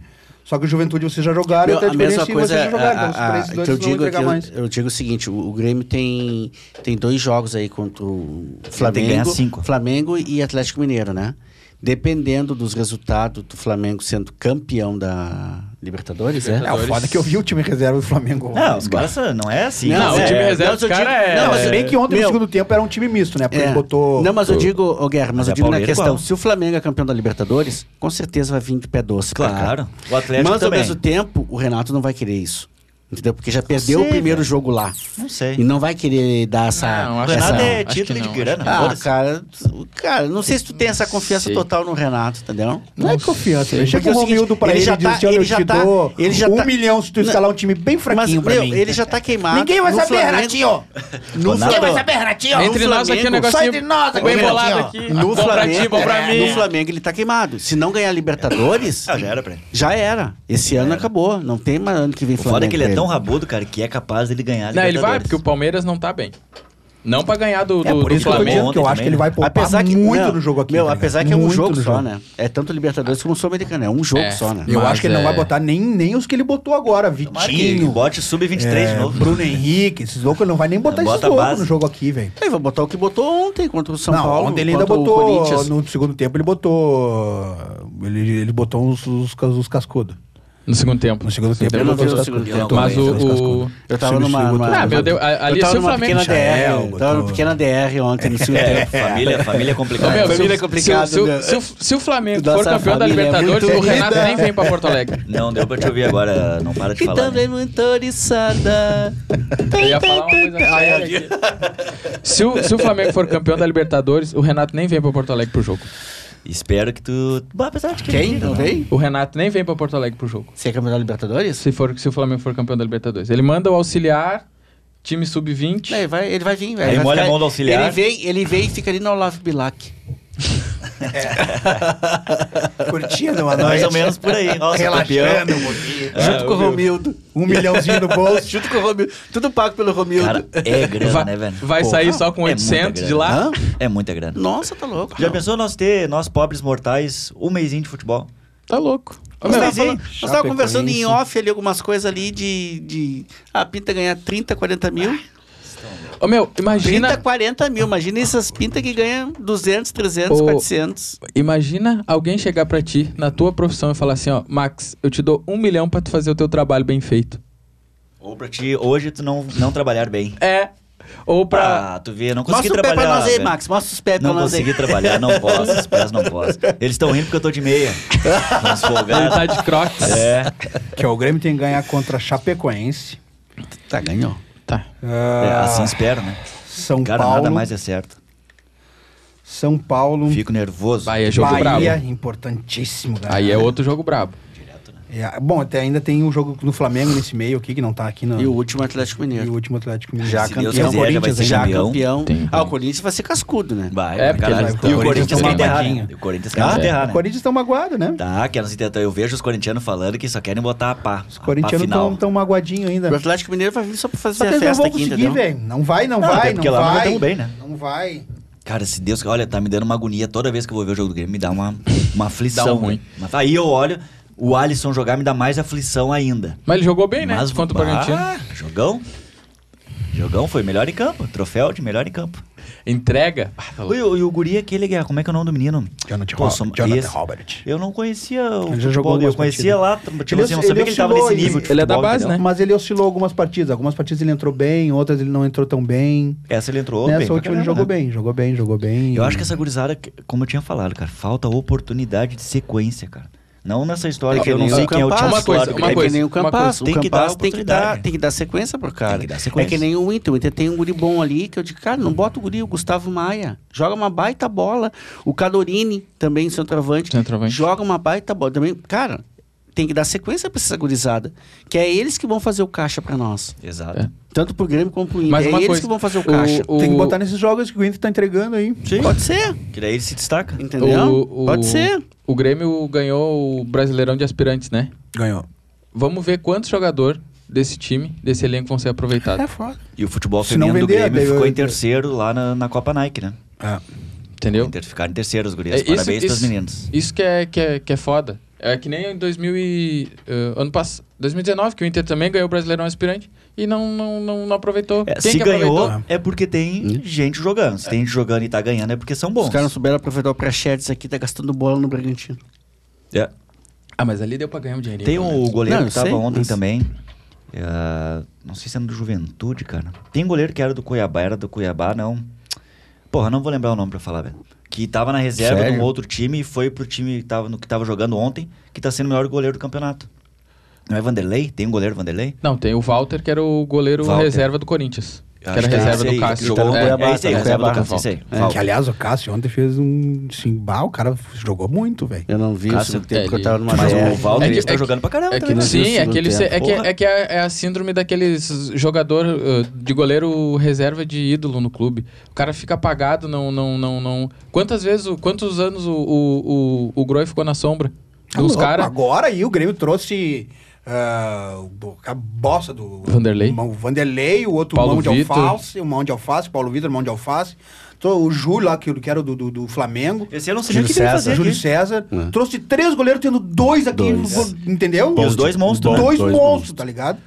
Só que o Juventude vocês já jogaram, e o
Meu, a
Atlético
mesma
Goianiense
coisa é
vocês já jogaram. então,
a-
os
a-
três,
que
dois
eu
não vão
digo é que
entregar mais.
eu, eu digo o seguinte, o, o Grêmio tem tem dois jogos aí contra o
tem que ganhar
Flamengo,
cinco.
Flamengo e Atlético Mineiro, né? Dependendo dos resultados do Flamengo sendo campeão da Libertadores,
É, o foda é que eu vi o time reserva do Flamengo.
Não,
Mas, cara,
nossa, não é assim.
Não,
né?
o time
É,
reserva
mas eu
dos caras
digo-
é.
não,
Mas se bem que ontem,
Meu.
no segundo tempo, era um time misto, né? Porque
É.
ele botou...
Não, mas eu digo, ô Guerra,
Mas
mas eu
é
digo na
pauleira
questão,
igual.
se o Flamengo é campeão da Libertadores, com certeza vai vir de pé doce pra cá.
Claro. O Atlético
Mas
também.
ao mesmo tempo, o Renato não vai querer isso. Entendeu? Porque já perdeu
sei,
o primeiro
velho.
jogo lá.
Não sei.
E não vai querer dar essa.
Não,
O
acho que
Renato
essa...
é
acho
título
que
de
não,
grana.
Ah,
foda-se.
cara, cara, não sei se tu tem essa confiança
sei.
total no Renato, entendeu?
Não é
Não
confiança.
sei.
né? Chega o
Porque é o seguinte,
Romildo pra
ele
ele,
já
e diz
tá-
assim, olha,
ele
eu
já
te
tá-
dou
ele já
um
tá-
milhão se tu
Não.
escalar um time bem fraquinho
Mas,
pra
meu,
mim.
ele já tá queimado.
Ninguém vai
no
saber,
Flamengo.
Renatinho.
No
Ninguém vai
Flamengo.
saber,
Renatinho.
Entre
No
nós aqui é um
Flamengo,
negocinho.
só entre nós aqui, um
bem bolado
Renatinho.
aqui.
No
bom pra ti,
Flamengo,
bom
É,
pra
um
mim.
no Flamengo ele tá queimado. Se não ganhar Libertadores,
Ah, já era pra ele.
já era. Esse ano acabou. Não tem mais ano que vem
O
Flamengo.
foda é que ele é
pra
tão rabudo, cara, que é capaz dele ganhar. a
Não, ele vai,
Libertadores.
porque o Palmeiras não tá bem. Não pra ganhar do,
É,
do,
por
do
isso
Eu tô dizendo
Flamengo
Flamengo.
que eu acho
também,
que ele
né?
vai poupar
Apesar que
Tá muito
não,
no jogo aqui. tá
Meu,
ligado?
apesar que é um
Muito
jogo
no
só, né? É tanto Libertadores como Sul-Americano. É um jogo
É.
só, né?
Eu
Mas
acho que ele não vai
é-
botar nem, nem os que ele botou agora.
Tomara que
Vitinho,
bote sub-23
é,
de novo.
Bruno Henrique, esses loucos. Ele não vai nem botar
Bota
esses loucos
base.
no jogo aqui, velho.
Aí vai botar o que botou ontem contra o São
não,
Paulo.
ontem ele ainda
contra o
botou.
Corinthians.
No segundo tempo ele botou. Ele, ele botou uns, uns, cas- uns cascudos.
No segundo tempo.
No segundo tempo
Eu
ele
não
botou
vi
uns
o segundo
cascudos.
tempo.
Mas o-
Os cascudos.
o-
Eu tava
Silvio
numa.
Silva
numa-
botou-
Ah, meu Deus, a-
eu
ali é
tava
seu
numa
Flamengo.
pequena
Michael,
DR. Tava numa
botou-
pequena DR ontem no segundo tempo.
Família, família é
Ô,
complicada.
meu,
família
se,
é
o-
complicado,
se o-
né?
se o- se o Flamengo
Nossa
for campeão
família
da
é
Libertadores,
muito
o Renato
unida.
nem vem pra Porto Alegre.
Não deu pra te ouvir agora, não para de
Que
falar.
também
Né?
muito oriçada.
Eu ia falar uma coisa séria aqui. se, o, se o Flamengo for campeão da Libertadores, o Renato nem vem pra Porto Alegre pro jogo.
Espero que tu. Bah, apesar de que
Quem? Não vem?
O Renato nem vem pra Porto Alegre pro jogo.
Você é campeão da Libertadores?
Se, for, se o Flamengo for campeão da Libertadores. Ele manda o auxiliar, time sub-20.
Não, ele, vai, ele vai vir, velho.
Aí
Vai
molha
ficar-
a mão do auxiliar.
Ele vem, ele vem e fica ali no Olavo Bilac.
Curtindo uma
tá Mais
né?
ou
noite.
menos por aí. Nossa,
Relaxando
campeão.
um pouquinho.
junto com o Romildo.
Um milhãozinho no bolso.
Junto com o Romildo. Tudo pago pelo Romildo.
Cara, é grana,
Vai-
né, velho?
vai sair só com
é
800
muita
de
grana.
lá?
Hã? É muita grana.
Nossa, tá louco.
Já
não.
pensou nós ter, nós pobres mortais, um mêsinho de futebol?
Tá louco. Ô,
Mas
meu,
tá
Nós tava,
Chapecoense.
nós tava conversando em off ali algumas coisas ali de, de. Ah, pinta ganhar 30, 40 mil.
ô, meu,
30,
imagina,
40 mil. Imagina essas pintas que ganham 200, 300,
Ô.
400.
imagina alguém chegar pra ti, na tua profissão, e falar assim, ó, Max, eu te dou um milhão pra tu fazer o teu trabalho bem feito.
Ou pra ti, hoje tu não, não trabalhar bem.
É. Ou pra...
Ah, tu vê, não consegui
Mostra o pé é
trabalhar.
pra nós aí,
velho.
Max. Mostra os pés pra
Não
nós aí.
consegui trabalhar, não posso, os pés não posso. Eles estão rindo porque eu tô de meia. Vamos
Ele tá
folgar.
de crocs.
É.
Que ó, o Grêmio tem que ganhar contra Chapecoense.
Tá, ganhou.
Tá.
É,
ah,
assim espero, né?
Um
São
Cara,
Paulo.
nada mais é certo.
São
um
Paulo.
Fico nervoso.
Vai, é jogo brabo.
Bahia, importantíssimo, cara.
Aí é outro jogo brabo.
É, bom, até ainda tem um jogo no Flamengo nesse meio aqui, que não tá aqui, não.
E o último Atlético
E o
Mineiro.
último Atlético Mineiro.
Já
Se
campeão,
Deus quiser,
já vai
Corinthians,
ser
hein?
Já
campeão.
campeão.
Tem,
ah, o
tem.
Corinthians vai ser cascudo, né?
Vai,
É,
vai,
porque
caralho.
eles-
E
o
o
Corinthians
Corinthians
tá
quer enterrar,
amarradinho.
né? O Corinthians quer
Ah,
nos enterrar,
O
né?
Corinthians tá magoado, né?
Tá, que nós tenta... Eu vejo os corintianos falando que só querem botar a pá.
Os
a pá
corintianos
tá final.
estão tão magoadinhos ainda.
O Atlético Mineiro vai vir só pra fazer
Só que
a
eles não
festa
vão
aqui,
conseguir,
entendeu?
velho. Não vai, não
Não, até
vai, não
porque lá não vai
vai.
tão bem, né?
Não vai.
Cara, se Deus... Olha, tá me dando uma agonia toda vez que eu vou ver o jogo do Grêmio. Me dá uma, uma aflição.
Dá um ruim.
né? Mas Aí eu olho, o Alisson jogar me dá mais aflição ainda.
Mas ele jogou bem, né? Contra o
bah,
Bragantino.
Jogão. Jogão foi melhor em campo. Troféu de melhor em campo.
Entrega. Ah, tá
Ui,
louco.
E o, guri aquele, que- como é que é o nome do menino?
Jonathan,
Pô,
Ro-
sou-
Jonathan
esse-
Robert.
Eu não conhecia o
Ele já
futebol
jogou
dele,
algumas
eu conhecia
partidas.
lá, tipo
Ele
assim, eu não
oscilou,
sabia que ele tava
ele-
nesse nível de
ele é da
futebol,
base,
entendeu?
né?
Mas ele oscilou algumas partidas. Algumas partidas ele entrou bem, outras ele não entrou tão bem.
Essa ele entrou bem.
Nessa
pra
última ele
caramba,
jogou
né?
bem, jogou bem, jogou bem.
Eu acho que essa gurizada, que- como eu tinha falado, cara, falta oportunidade de sequência, cara. Não nessa história
É
que eu
que
não
nem
sei
o
quem é o time
Campas,
uma coisa,
titular do
uma
é
Grêmio.
que nem o
uma coisa.
Campas.
Tem
o
que dar
Campas tem que dar,
oportunidade.
tem que dar sequência pro cara.
Tem que dar sequência.
É que nem o Inter. O Inter tem um guri bom ali que eu digo, cara, não bota o guri, o Gustavo Maia. Joga uma baita bola. O Cadorini, também, centroavante,
Centroavante.
joga uma baita bola. Também, cara, tem que dar sequência pra essa gurizada. Que é eles que vão fazer o caixa pra nós.
Exato.
É.
Tanto pro Grêmio como pro Inter.
Mas
é
uma
eles
coisa,
que vão fazer o caixa.
o-
Tem que botar nesses jogos que o Inter tá entregando aí.
Pode ser,
Que daí ele se destaca.
entendeu?
O- o-
Pode ser.
O Grêmio ganhou o Brasileirão de Aspirantes, né?
Ganhou.
Vamos ver quantos jogadores desse time, desse elenco, vão ser aproveitados.
É foda.
E o futebol
Se não
feminino do
vender,
Grêmio
daí eu-
ficou em terceiro lá na, na Copa Nike, né?
Entendeu?
Inter ficaram em terceiro, os gurias.
É, isso-
Parabéns pras
isso-
meninas.
Isso que é, que é, que é foda. É que nem em 2000 e, eh, ano pass 2019, que o Inter também ganhou o Brasileirão Aspirante e não, não, não, não aproveitou.
É,
Quem
se
que
ganhou,
aproveitou?
é porque tem gente jogando. Se tem gente jogando e tá ganhando, é porque são bons.
Os caras não souberam aproveitar o pré-chedes aqui, tá gastando bola no Bragantino.
É.
Ah, mas ali deu pra ganhar um dinheirinho.
Tem
pelo
o
menos.
goleiro
Não,
que
eu
tava
sei,
ontem
mas-
também. Ah, não sei se era do Juventude, cara. Tem um goleiro que era do Cuiabá, era do Cuiabá, não. Porra, não vou lembrar o nome pra falar, velho. Que tava na reserva de um
Sério?
outro time e foi pro time que tava, no, que tava jogando ontem, que tá sendo o melhor goleiro do campeonato. Não é Vanderlei? Tem um goleiro Vanderlei?
Não, tem o Walter, que era o goleiro
Walter.
reserva do Corinthians. Que
Acho
era
que é
reserva
esse aí,
do
que
Cássio.
jogou no
é,
Cuiabá,
é
tá?
esse aí,
Reserva
reserva
do
do
Cássio,
Cássio.
esse aí.
É, que, aliás, o Cássio ontem fez um. Assim, bah, o cara jogou muito, velho.
Eu não vi
Cássio,
o segundo tempo,
é,
porque eu tava
ele-
numa
mas
DR.
o Valdo
É que-
tá
é que-
jogando pra caramba
É
também.
que,
não
né?
viu o
sim, é
segundo
que, ele se-
tempo.
é, que,
Porra.
é que é- é a síndrome daqueles jogador uh, de goleiro reserva de ídolo no clube. O cara fica apagado, não, não, não, não. Quantas vezes, o- quantos anos o, o, o, o Groy ficou na sombra?
Tá
Os
louco,
caras.
Agora aí o Grêmio trouxe ah, o- a bosta do.
Vanderlei.
O Vanderlei, o outro
Paulo
mão de
Vitor.
alface, o mão de alface, Paulo Vitor, mão de alface. Tô- O Júlio lá, que, que era do, do, do Flamengo.
Esse eu não sei nem o que que
Júlio
ele vai fazer
Júlio
aqui.
César.
É.
Trouxe três goleiros, tendo dois aqui.
Dois.
vo- Entendeu?
E os dois monstros, né?
Dois,
Dois
monstros,
monstros.
tá ligado?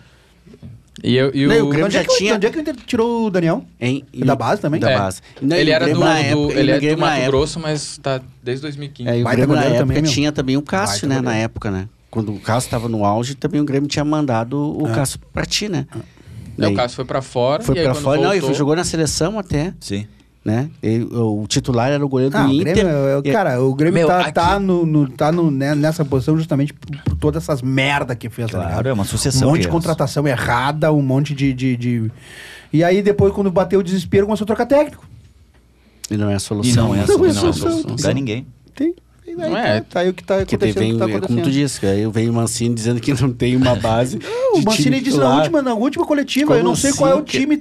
E, eu, e
Não, e
o,
o Grêmio
Onde é,
já
que, o-
tinha.
onde é que o Inter tirou o Daniel?
Hein? E-
Da base também?
Da
É.
base. Não, e
ele
o
era do,
Grêmio na época-
do,
e o
ele é
Grêmio
do
na
Mato
época-
Grosso, mas tá desde 2015.
É, e o
Baita
Grêmio na
goleiro
época
também, meu.
tinha também o
Baita
Cássio, né? Na
goleiro.
época, né? Quando o Cássio tava no auge, também o Grêmio tinha mandado o
É.
Cássio pra ti, né?
Ah.
Daí
Daí
o Cássio foi pra fora.
Foi
e aí
pra
quando
fora, não, e
voltou-
foi- jogou na seleção até,
Sim.
né? Ele- o titular era o goleiro do
Ah, o
Inter.
Grêmio, é- é-
E-
cara, o Grêmio
Meu,
tá,
aqui-
tá, no, no- tá no, né, nessa posição justamente por, por todas essas merda que fez, tá ligado?
Claro, é uma
Um
sucessão.
monte de
erros.
contratação errada, um monte de, de, de- E aí, depois, quando bateu o desespero, começou a trocar técnico.
E não é a
E
solução.
não
né?
é
Não é
solução.
solução.
Não ganha ninguém.
Tem. e aí
Não é.
tá- Tá aí o que tá
Porque
acontecendo.
daí vem,
o que tá
é como tu
acontecendo.
disse, aí veio o Mancini dizendo que não tem uma base.
Não, o Mancini disse na última, na última coletiva,
Como
eu não sei
assim,
qual é o
que-
time
né?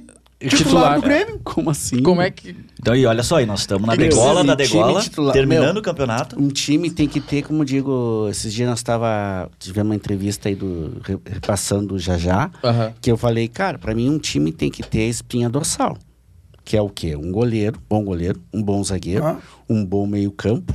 titular, do Grêmio.
Como assim?
Como é que.
Então, e olha só, e nós estamos na
Que que
degola
precisa
da
de time
degola,
titular?
terminando
Meu.
o campeonato.
Um time tem que ter, como digo, esses dias nós tava, tivemos uma entrevista aí do re- repassando já já,
Aham.
que eu falei, cara, pra mim um time tem que ter espinha dorsal, que é o quê? Um goleiro, bom goleiro, um bom zagueiro,
Ah.
um bom meio-campo,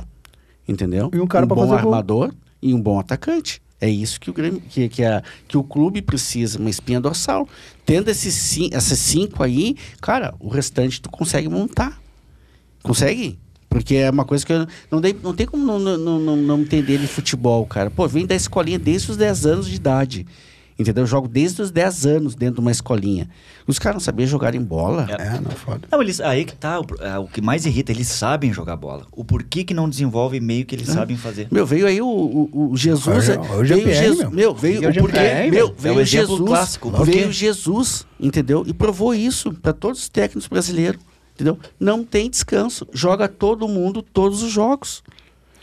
entendeu?
E um cara pra
bom
fazer gol.
armador e um bom atacante. É isso que o Grêmio, que, que, a, que o clube precisa, uma espinha dorsal. Tendo esses, cin- esses cinco aí, cara, o restante tu consegue montar. Consegue? Porque é uma coisa que eu não, dei, não tem como não, não, não- não, não entender de futebol, cara. Pô, vem da escolinha desde os 10 anos de idade. Entendeu? Eu jogo desde os 10 anos dentro de uma escolinha. Os caras não sabiam jogar em bola.
É.
É, não, foda.
Não, eles, aí que tá, o, pro- é, o que mais irrita, eles sabem jogar bola. O porquê que não desenvolve meio que eles sabem fazer.
Meu, veio aí o, o, o Jesus.
Olha, olha é o
veio
GPR,
Jesus-
meu.
meu, veio
Olha o
o porquê.
GPR,
meu,
velho.
veio
É o
o
exemplo
Jesus.
clássico, por quê?
Veio Jesus, entendeu? E provou isso para todos os técnicos brasileiros. Entendeu? Não tem descanso. Joga todo mundo, todos os jogos.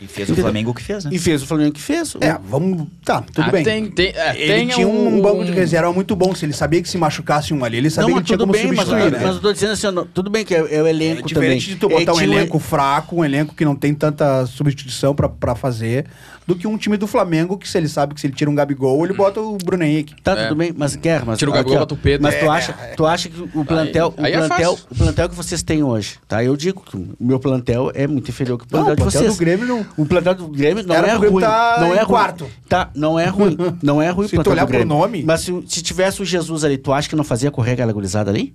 E fez o
Entendeu?
Flamengo o que fez, né?
É.
E fez o Flamengo que fez.
É, vamos. Tá, tudo
Ah,
bem.
Tem, tem, é,
Ele
tem
tinha um, banco de reserva muito bom. Se ele sabia que se machucasse um ali, ele sabia
não,
que
mas
tinha como
tudo bem, mas,
substituir, né?
mas eu tô dizendo assim, ó, não- tudo bem que é, é o
É
elenco também.
diferente de tu botar
É
um
que o-
elenco fraco, um elenco que não tem tanta substituição pra, pra fazer, do que um time do Flamengo que se ele sabe que se ele tira um Gabigol, ele bota o Bruno Henrique.
Tá, tudo bem, mas guerra, mas.
É. Tira o
aqui,
Gabigol,
ó,
bota o Pedro.
Mas tu
É,
acha, tu acha que o plantel,
aí é
o, plantel
fácil.
o plantel que vocês têm hoje, tá? Eu digo que o meu plantel é muito inferior que o plantel
Não, o
de
plantel
vocês.
do Grêmio não-
O plantel do Grêmio não
Era
é
pro Grêmio
ruim.
tá
não
em
é ruim.
quarto.
Tá, não é ruim. Não é ruim
Se tu
o plantel
olhar
do
pro
Grêmio.
nome-
Mas se, se tivesse o Jesus ali, tu acha que não fazia correr aquela gurizada ali?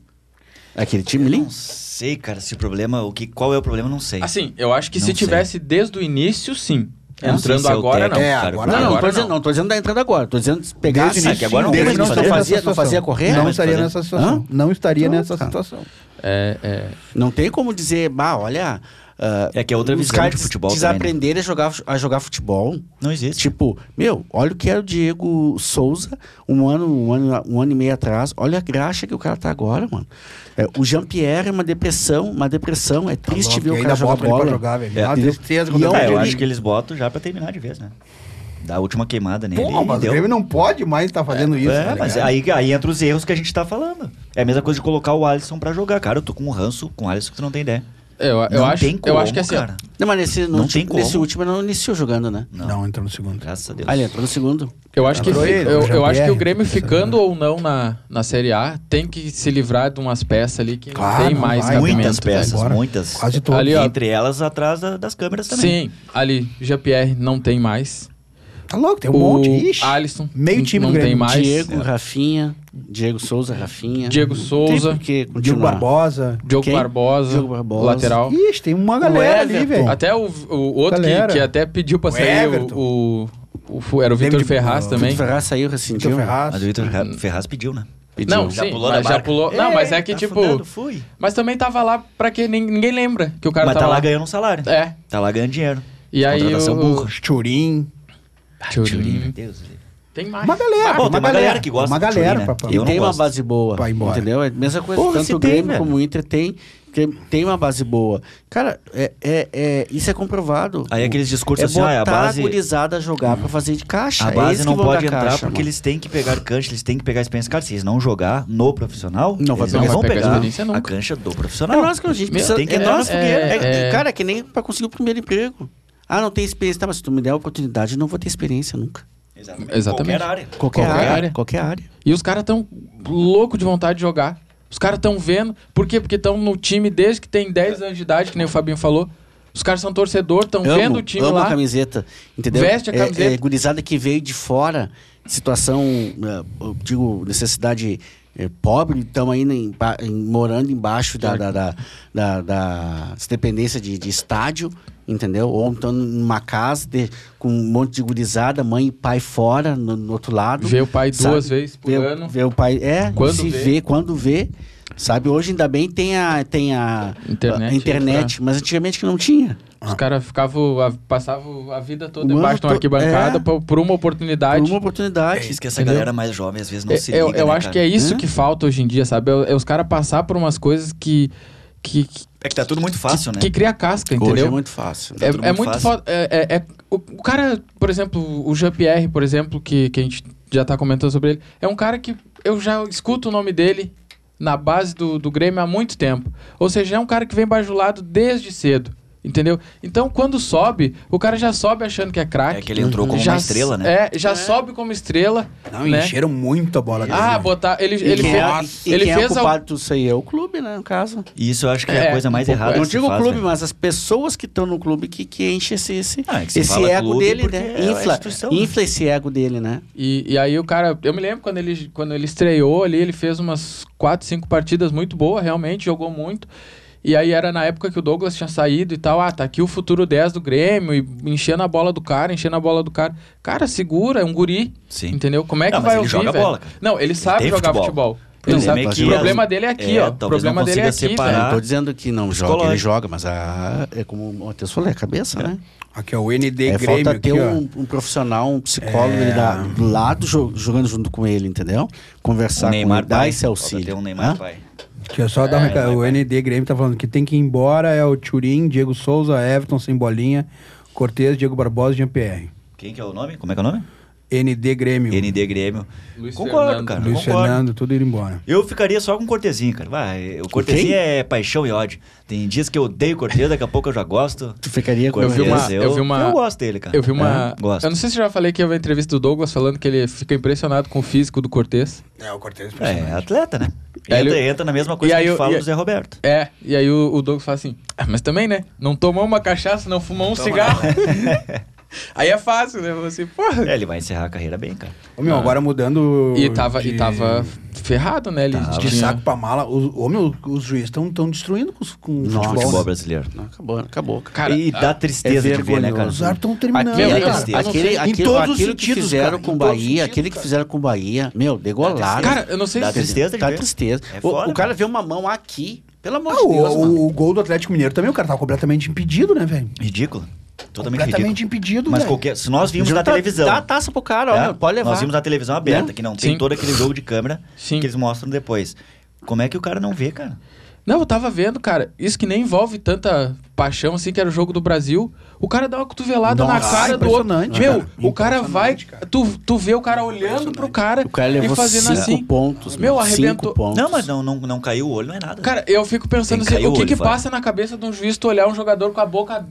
Aquele time ali?
Não sei, cara, se o problema, o que, qual é o problema, não sei.
Assim, eu acho que
Não
se
sei.
tivesse desde o início, sim.
Eu não sei
Entrando
se é o
agora, não.
técnico,
É,
cara,
agora
Não,
porque-
não,
Agora
tô dizendo,
não.
não, tô dizendo da entrada agora. Tô dizendo se pegasse.
Desde o início, agora não
desde
tem
não
mais
não
fazer
fazia,
essa
não fazia
situação.
correr?
Não
Mas
estaria
fazer-
nessa situação.
Hã?
Não estaria
Não,
nessa
cara.
situação.
É, é.
Não tem como dizer, bah, olha. ah,
É que é outra
os
visão
caras
de
des-
futebol também, né?
Desaprenderem a, jogar, a jogar futebol.
Não existe.
Tipo, meu, olha o que era o Diego Souza um ano, um ano, um ano e meio atrás. Olha a graxa que o cara tá agora, mano. É, o Jean-Pierre é uma depressão, uma depressão. É
Tá
triste ver o cara jogar bola.
Jogar, velho.
É.
Dá uma tristeza
E
quando
é um
ele
É, eu
ele-
acho que eles botam já pra terminar de vez, né? Da última queimada nele.
Pô,
e
mas o
deu.
Grêmio não pode mais estar fazendo isso.
É,
tá
mas
ligado?
aí, aí entra os erros que a gente tá falando. É a mesma coisa de colocar o Alisson pra jogar. Cara, eu tô com um ranço com o Alisson que tu não tem ideia.
Eu, eu
não
acho,
tem como,
eu acho que assim, ó,
cara.
Não, mas nesse, no
Não
último-
tem como.
nesse último ele não iniciou jogando, né?
não. entra no segundo.
Graças a Deus.
Ah, ele entrou no segundo.
Eu acho que,
Entrou
fi-
ele,
eu,
o
eu acho que
Jean-Pierre.
o Grêmio ficando ou não na, na Série A tem que se livrar de umas peças ali que
Claro,
não tem
não
mais
vai.
cabimento, né?
muitas
velho.
peças,
Agora,
muitas.
Quase todos.
Ali, ó.
Entre elas, atrás da- das câmeras também.
Sim, ali, Jean-Pierre não tem mais.
Tá louco, tem um
o
monte. Ixi.
Alisson
Meio
n-
time do
não tem
Grêmio.
mais.
Diego,
é.
Rafinha. Diego Souza, Rafinha.
Diego Souza,
Porque
Diogo Barbosa.
Diogo
Quem?
Barbosa,
Diogo Barbosa.
lateral.
Ixi, tem uma galera ali,
Everton.
velho.
Até o, o outro que,
Galera.
que até pediu pra
O
sair, o-
Everton.
o, o fu- era o
Lembra
Vitor
de-
Ferraz
o
também.
Vitor Ferraz saiu, rescindiu.
Vitor Ferraz.
Mas o Vitor Ferra- Ferraz pediu, né?
Pediu.
Não, sim, mas Hum. já
barca.
pulou. Não, mas é que
tá
tipo,
afundando, fui.
mas também tava lá pra que nin- ninguém lembra que o cara
Mas tá
tava
lá.
lá.
ganhando um salário.
É.
Tá lá ganhando dinheiro.
E aí
Contratação
o-
burra.
Churim.
Ah, Tchuri,
Tchurim.
meu Deus.
Tem mais.
Uma galera.
Bom, tem uma galera que gosta
Uma
do Churim,
galera,
né?
papai.
E
Eu não
tem uma
gosto.
base boa.
Vai embora.
Entendeu? É a mesma coisa.
Porra, se
tanto o
tem,
Grêmio
velho.
como o Inter tem, que- tem uma base boa. Cara, é, é- é- isso é comprovado.
Aí aqueles discursos
é
assim,
botar
ah, a base-
a gurizada a jogar pra fazer de caixa.
A
É
base
eles que
não
vão
pode
dar
entrar
caixa,
porque
mano.
eles têm que pegar cancha, eles têm que pegar experiência. Cara, se eles não jogar no profissional,
Não vai
eles
pegar.
não
Não
vão
vai pegar
pegar
experiência
a
nunca.
cancha do
É
profissional.
nós que a gente
Meu,
precisa.
tem que
é
entrar
nós
na
fogueira.
fogueira.
É-
É-
Cara, é que nem pra conseguir o primeiro emprego. Ah, não tem experiência. Tá, mas se tu me der a oportunidade, eu não vou ter experiência nunca.
Exatamente.
Exatamente.
Qualquer área.
Qualquer,
Qualquer
área,
área.
Qualquer área.
E os caras tão louco de vontade de jogar. Os caras tão vendo. Por quê? Porque estão no time desde que tem 10 anos de idade, que nem o Fabinho falou. Os caras são torcedor, estão
Amo,
vendo o time
amo a
lá.
camiseta, entendeu?
Veste a
É-
camiseta.
É, gurizada que veio de fora, situação, eh, eu digo, necessidade eh, pobre, estamos aí em- ba- em- morando embaixo da, da, da, da- da dependência de, de estádio, entendeu? Ou então numa casa de- com um monte de gurizada, mãe e pai fora, no, no outro lado.
Vê o pai
sabe?
duas vezes por
Vê o-
ano.
Vê o pai, é,
Quando
se
vê.
vê. quando vê. Sabe, hoje ainda bem tem a, tem a
Internet né?
a internet mas antigamente que não tinha.
Os caras ficavam, a- passavam a vida toda
O ano
embaixo de uma
to-
arquibancada
é.
por, por uma
Por
oportunidade.
uma
É
oportunidade.
isso que essa
Entendeu?
galera mais jovem às vezes não
É,
se liga.
eu eu
né,
acho
cara?
que é isso
Hã?
que falta hoje em dia, sabe? É, é os caras passar por umas coisas que, que, que,
É que tá tudo muito fácil, né?
que cria casca,
Hoje
entendeu?
é muito fácil.
Tá
É,
tudo
é
muito
muito
fácil.
foda. É, é- é- o, o cara, por exemplo, o Jean-Pierre, por exemplo, que, que a gente já tá comentando sobre ele, é um cara que eu já escuto o nome dele na base do, do Grêmio há muito tempo. Ou seja, é um cara que vem bajulado desde cedo. Entendeu? Então, quando sobe, o cara já sobe achando que é craque.
É que ele entrou como
já
uma estrela, né?
É, já sobe como estrela.
Não,
né?
encheram muito a bola dele.
Ah,
né?
botar. Ele, ele
quem
fez,
é, e
ele
quem é
fez
o
al-
culpado disso aí é o clube, né, no caso.
E isso eu acho que é,
É,
a coisa mais
um pouco
errada.
é.
Não
que se
digo o
faz,
clube,
né?
mas as pessoas que estão no clube que, que enche esse, esse,
Ah, é que se
esse
fala
ego
clube
dele,
porque
né?
é a
Infla,
instituição, né?
infla esse ego dele, né?
E, e aí o cara, eu me lembro quando ele, quando ele estreou ali, ele fez umas 4, 5 partidas muito boas, realmente, jogou muito. E aí era na época que o Douglas tinha saído e tal, ah, tá aqui o futuro 10 do Grêmio, e enchendo a bola do cara, enchendo a bola do cara. Cara, segura, é um guri,
Sim.
entendeu? Como é que
Não, mas
vai
ele
ouvir,
joga
velho?
bola, cara.
Não, ele sabe
tem
jogar
futebol.
futebol.
O
Ele
problema
sabe-
é
O
que-
problema dele é aqui,
É,
ó. O
talvez
problema
não
dele é
consiga
aqui,
separar.
velho.
Eu
Ah.
não tô dizendo que não joga,
Psicológico.
ele joga, mas a- é como o Matheus falou, é a cabeça, né?
Aqui é o ND
É,
Grêmio.
falta
aqui,
ter
ó.
um, um profissional, um psicólogo
É.
ali da- do lado jo- jogando junto com ele, entendeu?
O
Conversar com
Neymar
ele, dar
pai.
esse auxílio.
Tem um
Hã?
Neymar pai.
Deixa eu só dar um recado. O ND Grêmio tá falando que tem que ir embora é o Turim, Diego Souza, Everton sem bolinha, Cortez, Diego Barbosa e Jean-Pierre.
Quem que é o nome? Como é que é o nome?
ND Grêmio.
ND Grêmio.
Luiz
concordo,
Fernando.
cara.
Luiz
concordo.
Fernando, tudo ir embora.
Eu ficaria só com o cortezinho, cara. Vai, o cortezinho
quem?
é paixão e ódio. Tem dias que eu odeio o cortez, daqui a pouco eu já gosto.
Tu ficaria com
Eu vi
ele?
uma- eu vi uma-
eu gosto dele, cara.
Eu vi uma.
É, gosto.
Eu não sei se eu já falei que eu vi a entrevista do Douglas falando que ele fica impressionado com o físico do Cortez.
É, o Cortez
É, atleta, né?
Aí
Entra,
É, ele-
entra na mesma
E
coisa
aí
que a gente
eu-
fala
e-
do Zé Roberto.
É, e aí o, o Douglas fala assim: "Ah, mas também, né? Não tomou uma cachaça, não fumou um cigarro. aí é fácil, né? Você, porra.
É, ele vai encerrar a carreira bem, cara.
Ô, meu, agora mudando.
E tava, e
de-
tava ferrado, né? Ele
Tava.
De
tinha-
saco pra mala. Os, ô, meu, os juízes estão tão destruindo com, os- com o
Nossa,
O
futebol.
futebol
né?
brasileiro.
Não, acabou, acabou.
Cara,
e dá tristeza
é
de ver, né, cara?
Os árbitros estão terminando.
Aquele,
Meu,
cara.
tristeza.
aquele, aquele,
Em todos os
aquilo que
sentidos,
fizeram
cara,
com
em
o
todos
Bahia,
os sentidos,
aquele que
cara.
fizeram com o Bahia, meu, degolaram.
Cara, eu não sei
Dá
se.
tristeza de
tá
ver.
tristeza.
É
o,
foda,
o cara vê uma mão aqui, pelo amor
Ah,
de Deus,
o,
mano.
o gol do Atlético Mineiro também, o cara tava completamente impedido, né, velho?
Ridículo. Totalmente
Completamente
ridículo.
impedido, né?
Mas
velho.
qualquer, se nós vimos
Já
na
tá-
televisão.
Dá a taça pro cara, ó,
né?
meu, pode levar.
Nós vimos na televisão aberta,
Né?
que não tem
Sim.
todo aquele jogo de câmera
Sim.
que eles mostram depois. Como é que o cara não vê, cara?
Não, eu tava vendo, cara, isso que nem envolve tanta paixão assim, que era o jogo do Brasil. O cara dá uma cotovelada na
Nossa,
cara do outro.
impressionante,
Meu,
cara.
o cara vai.
Impressionante, cara.
Tu, tu vê o cara olhando pro cara,
O cara
e
levou
fazendo
cinco
assim.
pontos.
Meu,
mano.
arrebentou.
Cinco pontos.
Não, mas não, não, não caiu o olho, não é nada.
Cara, eu fico pensando
Tem que
assim,
cair
o
o
que,
olho,
que
fala.
passa na cabeça de um juiz tu olhar um jogador com a boca.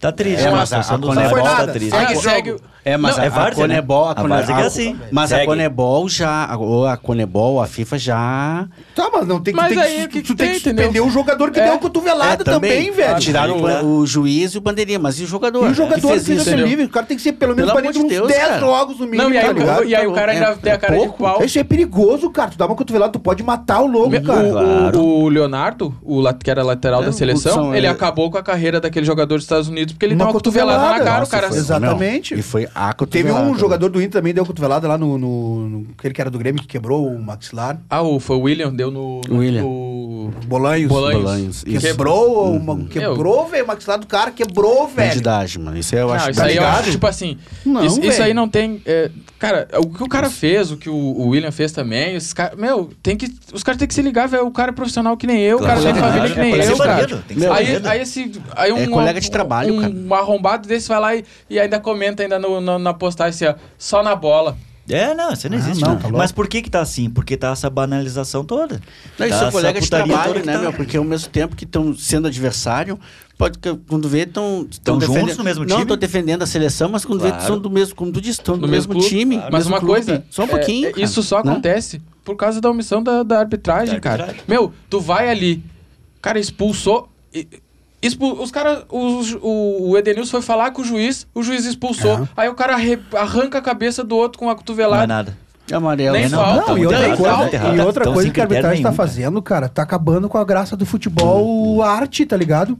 tá triste,
É,
né?
mas a-
situação
a
do
Conebol-
Zago tá
Nada,
triste.
segue
Segue,
o
segue.
jogo.
É, mas
Não,
a,
é
a
várzea, né?
Conebol, a
A várzea
Conebol,
que é assim.
mas a
Segue.
Conebol já, a- ou a Conebol, a FIFA já
Tá, mas não tem que,
Mas
tem
aí,
que,
o que que
tu tem
tem,
que
entendeu?
suspender o jogador que
É.
deu a cotovelada
É,
também, velho.
Ah, Tiraram
Sim,
o, o juiz e o bandeirinha, mas e o jogador?
E o jogador
Que
que precisa ser
entendeu?
livre. O cara tem que ser pelo menos
Pelo
banido
amor de
uns
Deus,
10
cara.
jogos no mínimo,
Não, e aí,
tá
o-
ligado?
e aí o cara
É,
ainda tem a cara de
Pouco.
pau.
Isso é perigoso, cara. Tu dá uma cotovelada, tu pode matar o louco,
Me-
cara.
o-
Claro.
O, o Leonardo, o lat- que era lateral
É,
da
o
seleção,
Hudson,
ele
ele-
acabou com a carreira daquele jogador dos Estados Unidos porque ele
Uma
deu uma cotovelada na
cotovelada.
cara,
Nossa,
o cara.
foi- Exatamente.
Não, e foi a
Teve
cotovelada.
um jogador do Inter também deu cotovelada lá no, no, no- Aquele que era do Grêmio que quebrou o maxilar.
Ah, o, foi o William, deu no. no-
William.
no-
Bolanhos.
Bolanhos.
Bolanhos,
Que
isso.
Quebrou, uma- quebrou, velho. O maxilar do cara quebrou, velho.
Bandidagem, mano. Isso aí eu acho
Não, isso
tá
aí eu
ligado?
acho, tipo assim.
Não,
isso, isso
velho.
aí não tem. é, cara, o que o cara fez, o que o, o William fez também, esses caras. Meu, tem que. Os caras têm que se ligar, velho. O cara é profissional que nem eu,
Claro,
o cara tem
claro.
família que
É
nem
pra ser
eu,
banido,
cara.
tem que ser
aí,
banido.
aí esse. Aí um,
É colega de trabalho,
um,
cara.
Um arrombado desse vai lá e, e ainda comenta ainda no- no- na postagem assim, ó, só na bola.
É, não, isso não
Ah,
existe.
não,
não.
tá louco.
Mas por que que tá assim? Porque tá essa banalização toda.
Não, isso
tá
é colega de
essa putaria toda
trabalho,
que
né,
tá.
meu? Porque ao mesmo tempo que estão sendo adversário, pode que quando vê, estão.
Tão juntos no mesmo
Não,
time?
estão defendendo a seleção, mas quando vê,
Claro.
são do mesmo, como tu disse, estão do
No mesmo
mesmo,
clube, Ah,
time.
claro.
Mas
mesmo
uma
clube.
coisa.
Só um
é,
pouquinho.
é,
cara,
isso só
né?
acontece por causa da omissão da, da arbitragem,
Da
cara.
arbitragem.
Meu, tu vai ali, cara, expulsou. e- expu- os caras. os- O, o Edenilson foi falar com o juiz, o juiz expulsou. Aí o cara arre- arranca a cabeça do outro com a
Não é
cotovelada.
nada.
É amarelo.
Nem
né?
falta.
Não, e outra
Tá
coisa,
errado, tá
errado.
e outra
Tão
coisa
sem
que a
critério
arbitragem tá
nenhum, cara.
fazendo, cara, tá acabando com a graça do futebol a arte, tá ligado?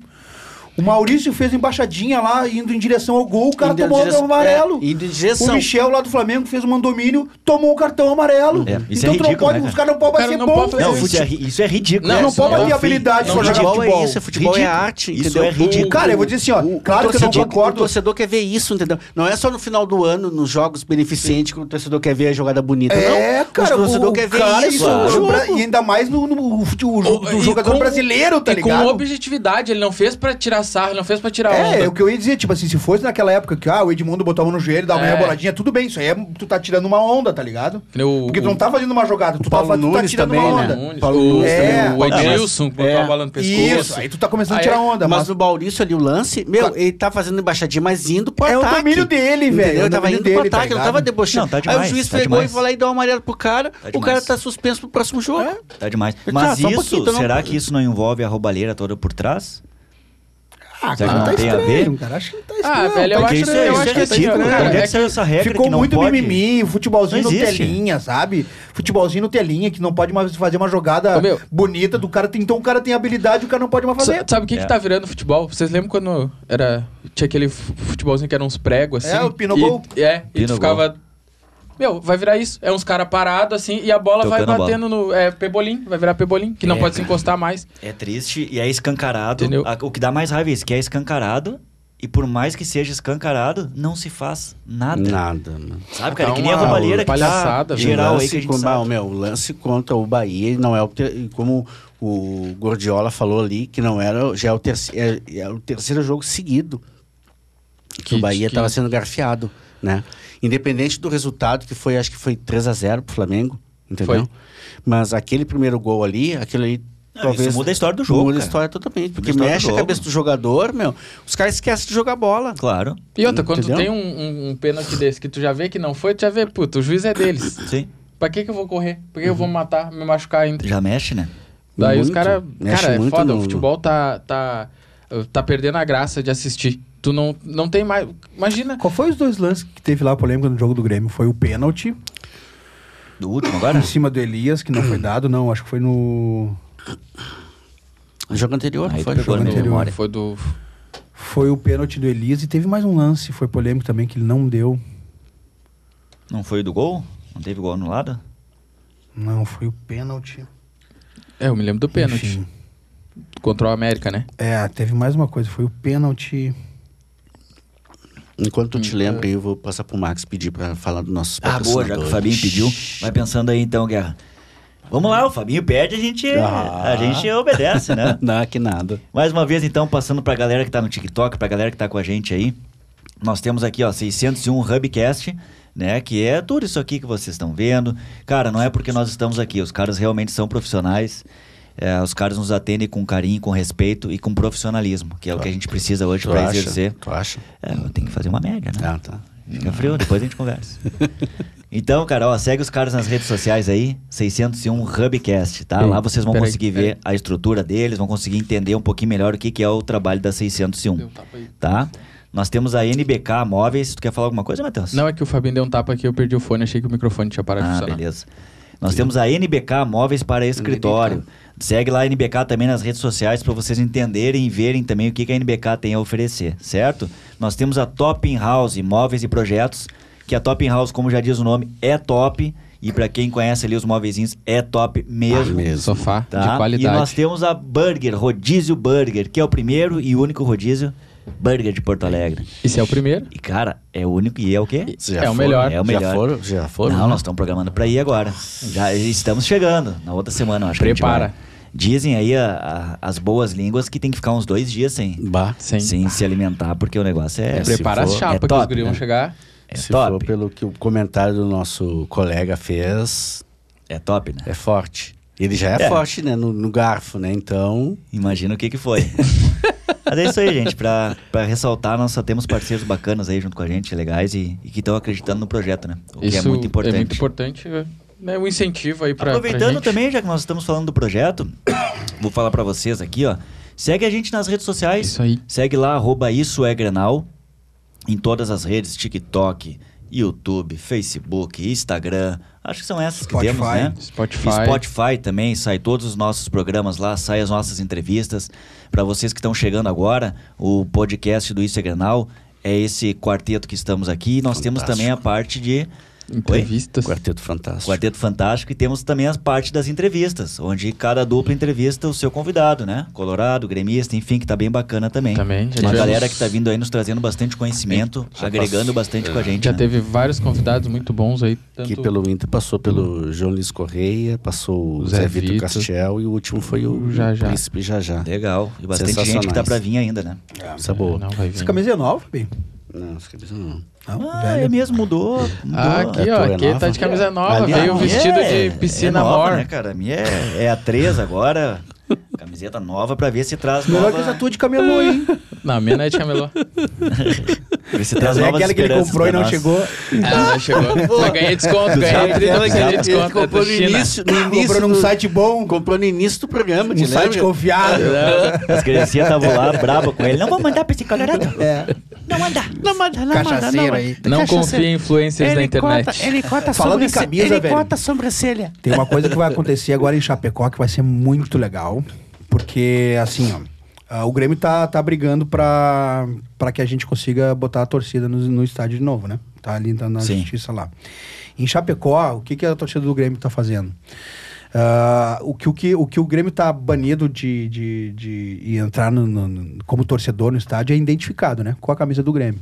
O Maurício fez embaixadinha lá, indo em direção ao gol, o cara
Indo em
tomou
direção-
o amarelo.
é, indo em direção.
O Michel lá do Flamengo fez um mandomínio, tomou o cartão amarelo.
É, isso
então
é
tu não
ridículo,
pode,
né,
os caras não podem
cara?
ser
O cara não
bons,
pode
velho.
Não, isso é, ri- isso é ridículo.
Não,
né?
não
Isso
pode
é um
ter
fim.
habilidade
Não,
pra jogar
ridículo.
futebol é isso, é futebol é
Ridículo.
arte,
Isso
entendeu?
é ridículo.
Cara, eu vou dizer assim, ó, claro
o
que eu não
torcedor- O
concordo.
torcedor quer ver isso, entendeu? Não é só no final do ano, nos jogos beneficentes, que o torcedor quer ver a jogada bonita.
É,
não.
cara,
o torcedor quer ver
cara,
isso.
no
no
Bra-
jogo.
E ainda mais no, no, fute- o jo- do
E
jogador
com-
brasileiro, tá
e
ligado?
com objetividade, ele não fez pra tirar sarro, ele não fez pra tirar onda.
É, é o que eu ia dizer, tipo assim, se fosse naquela época que ah, o Edmundo botou a mão no joelho, dava uma
É.
reboladinha, tudo bem, isso aí é, tu tá tirando uma onda, tá ligado?
Que nem o-
Porque tu não
o-
tá fazendo uma jogada, tu, tá,
Paulo
fa- tu tá
Nunes
tirando
também,
uma
né?
onda.
Nunes,
Paulo
o,
Nunes
também.
o
Ah,
mas-
Edilson botou
é.
a bola no pescoço.
Isso, aí tu tá começando a
Aí-
tirar onda,
Mas
mas,
no Maurício ali, o lance, meu,
Claro.
ele tá fazendo embaixadinha, mas indo pro
É o
ataque.
domínio dele,
entendeu?
velho, é o
Ele tava
domínio
indo
dele,
pro
tá
ataque, ele
ligado?
tava debochando.
Não, tá
Aí
demais,
o juiz
tá
pegou
demais.
e foi lá e deu um amarelo pro cara, o cara
demais.
tá suspenso pro próximo jogo.
É?
Tá demais.
Tá,
Mas
só um
isso,
pouquinho, tu não-
será que isso não envolve a roubalheira toda por trás?
ah,
Será que não
tá
tem a
estranho, cara, acho que tá
Ah,
estranho.
velho, eu
Porque
acho,
isso é,
eu
isso
acho
é
que assim,
ridículo,
cara,
cara. Onde é
é
que saiu essa regra
Ficou
que não
muito
pode?
mimimi, futebolzinho
Não
no
existe.
telinha, sabe? Futebolzinho no telinha, que não pode mais fazer uma jogada
Ô, meu.
bonita do cara. tem- Então o cara tem habilidade, o cara não pode mais fazer.
Sa- Sabe o que,
É.
que tá virando futebol? Vocês lembram quando era. Tinha aquele fu- futebolzinho que era uns pregos assim?
É, o pinogol.
E, é, e tu
Pinogol.
ficava. Meu, vai virar isso. É uns caras parados assim e a bola vai
Tocando a
batendo no. É, pebolim, vai virar pebolim, que não
É,
pode se encostar mais.
É triste e é escancarado.
Entendeu?
A- o que dá mais raiva é isso, que é escancarado. E por mais que seja escancarado, não se faz nada.
Nada, mano.
Sabe, cara?
Tá
que nem a
uma
roubalheira que tá
palhaçada, velho.
geral
o
aí
lance
que a gente
com-
sabe.
meu, o lance contra o Bahia ele não é o ter- e como o Gordiola falou ali que não era já é o terceiro é, é o terceiro jogo seguido que,
Que-
o Bahia
que-
estava sendo garfiado, né? Independente do resultado que foi, acho que foi 3 a 0 pro Flamengo, entendeu?
Foi.
Mas aquele primeiro gol ali, aquele ali
Não,
talvez
isso muda a história do jogo,
Muda a
cara.
história totalmente, porque
a história do
mexe a
jogo.
cabeça do jogador, meu. Os caras esquecem de jogar bola.
Claro.
E outra, quando tu
Entendeu?
tem um, um, um pênalti desse que tu já vê que não foi, tu já vê, puto, o juiz é deles.
Sim.
pra que que eu vou correr? Pra que eu vou me matar, me machucar ainda?
Já mexe, né?
Daí os
Muito.
caras.
Mexe
Cara, é
muito
foda. O
no-
futebol tá, tá, tá perdendo a graça de assistir. Tu não, não tem mais. Imagina.
Qual foi os dois lances que teve lá a polêmica no jogo do Grêmio? Foi o pênalti
Do último agora?
em cima do Elias, que não foi dado, não. Acho que foi no.
O jogo anterior
Aí tu
foi
pegou
jogo
na
anterior.
memória.
Foi do.
Foi o pênalti do Elias e teve mais um lance, foi polêmico também, que ele não deu.
Não foi o do gol? Não teve gol anulado?
Não, foi o pênalti.
É, eu me lembro do pênalti.
Enfim.
Contra o América, né?
É, teve mais uma coisa, foi o pênalti.
Enquanto eu te lembro, eu vou
Tá
passar pro Max pedir pra falar dos nossos
Ah, boa, já que o Fabinho pediu. Vai pensando aí então, Guerra. Vamos lá, o Fabinho pede, a gente,
Ah.
a gente obedece, né?
Não, que nada.
Mais uma vez, então, passando pra galera que tá no TikTok, pra galera que tá com a gente aí. Nós temos aqui, ó, 601 Hubcast, né? Que é tudo isso aqui que vocês estão vendo. Cara, não é porque nós estamos aqui. Os caras realmente são profissionais. É, os caras nos atendem com carinho, com respeito e com profissionalismo, que é o que a gente precisa hoje
Tu
pra
acha?
exercer.
Tu acha?
É, eu tenho que fazer uma média, né?
Ah, tá.
Fica frio, depois a gente conversa. Então, cara, ó, segue os caras nas redes sociais aí, 601 Hubcast, tá?
Ei,
Lá vocês vão
peraí,
conseguir
peraí.
ver a estrutura deles, vão conseguir entender um pouquinho melhor o que, que é o trabalho da 601, tá? Nós temos a NBK Móveis. Tu quer falar alguma coisa, Matheus?
Não, é que o Fabinho deu um tapa aqui, eu perdi o fone, achei que o microfone tinha parado de
Ah,
funcionar.
beleza. Nós temos a NBK Móveis para Escritório. Segue lá a NBK também nas redes sociais para vocês entenderem e verem também o que, que a NBK tem a oferecer, certo? Nós temos a Top In House Móveis e Projetos, que a Top In House, como já diz o nome, é top. E para quem conhece ali os móveizinhos, é top mesmo.
Ah, Mesmo.
Sofá
Tá?
de
E nós
qualidade.
temos a Burger, Rodízio Burger, que é o primeiro e único rodízio Burger de Porto Alegre.
Esse é o primeiro?
E cara, é o único e é o quê?
Vocês já
É
foram?
o melhor.
É o melhor.
Já foram? Já foram? né?
Não, nós estamos programando para ir agora. Já estamos chegando, na outra semana, eu acho que a
Prepara.
gente vai. Dizem aí a- a- as boas línguas que tem que ficar uns dois dias sem,
Bah.
Sim.
sem se alimentar, porque o negócio é,
É, se
Prepara
for,
as chapas
é
que os
top,
guris vão
né?
chegar.
é
Se for
top.
pelo que o comentário do nosso colega fez,
É top, né?
é forte. Ele já é,
É.
forte, né? No, no garfo, né? Então.
Imagina o que que foi. Mas é isso aí, gente. Pra, pra ressaltar, nós só temos parceiros bacanas aí junto com a gente, legais, e, e que estão acreditando no projeto, né? O
Isso
que é muito importante.
É muito importante. É um incentivo aí pra. pra
Aproveitando
gente.
também, né? já que nós estamos falando do projeto, vou falar pra vocês aqui, ó. Segue a gente nas redes sociais.
Isso aí.
Segue lá, arroba isso é Grenal, em todas as redes, TikTok, YouTube, Facebook, Instagram. Acho que são essas que
Spotify.
temos, né?
Spotify.
E Spotify também, sai todos os nossos programas lá, sai as nossas entrevistas. Para vocês que estão chegando agora, o podcast do Isso é Grenal é esse quarteto que estamos aqui. Nós temos
Fantástico.
também a parte de... Oi?
Entrevistas.
Quarteto Fantástico.
Quarteto Fantástico e temos também as partes das entrevistas, onde cada dupla entrevista o seu convidado, né? Colorado, gremista, enfim, que tá bem bacana também.
Também, já
Uma
tivemos- É, tá-
galera que tá vindo aí nos trazendo bastante conhecimento, agregando bastante com a gente.
Já
né?
teve vários convidados muito bons aí. Tanto...
Que pelo Inter passou pelo João Luiz Correia, passou o Zé,
Zé
Vitor
Vito.
Castel e o último foi o
O Jajá.
Príncipe Jajá.
Legal. E bastante gente que tá
Sensacionais.
pra vir ainda, né?
Isso é boa.
Não, vai vir.
Essa camisa é nova, Fabinho?
Não, essa camisa não.
Não,
Ah,
velha.
é mesmo, mudou. mudou.
Ah, aqui,
É
ó.
tua, é
Aqui
nova?
tá de camisa nova.
Ali,
veio
ó.
vestido
É,
de piscina
é nova,
amor.
né, cara? A minha é, é a 3 agora. Camiseta nova pra ver se traz
Melhor
nova.
que essa tua de camelô, hein?
Não, a minha não é de camelô.
ver se traz
Essa é
novas
aquela que ele
esperanças
comprou e
pra
não
nós.
chegou.
Ah, não chegou. Mas ganhei desconto.
É,
Ganhei 30% de desconto. é da China.
no
Comprou num
do-
site bom,
Comprou no início do programa, te
um site
lembra?
confiável.
As criancinhas estavam lá, braba com ele. Não vou mandar pra esse colorado.
É.
Não manda.
Não manda, não manda, não
Cachaceiro
manda.
aí.
Não
Cachaceiro.
confia em influencers da
Ele
internet.
corta, ele corta a
Falando em
sobrancelha.
camisa,
ele
velho.
corta a sobrancelha.
Tem uma coisa que vai acontecer agora em Chapecó que vai ser muito legal, porque assim, ó, ah, o Grêmio tá, tá brigando pra, pra que a gente consiga botar a torcida no, no estádio de novo, né? Tá ali tá na
Sim.
justiça lá. Em Chapecó, o que, que a torcida do Grêmio tá fazendo? Ah, o, que, o, que, o que o Grêmio tá banido de, de, de, de entrar no- no- no- como torcedor no estádio é identificado, né? Com a camisa do Grêmio.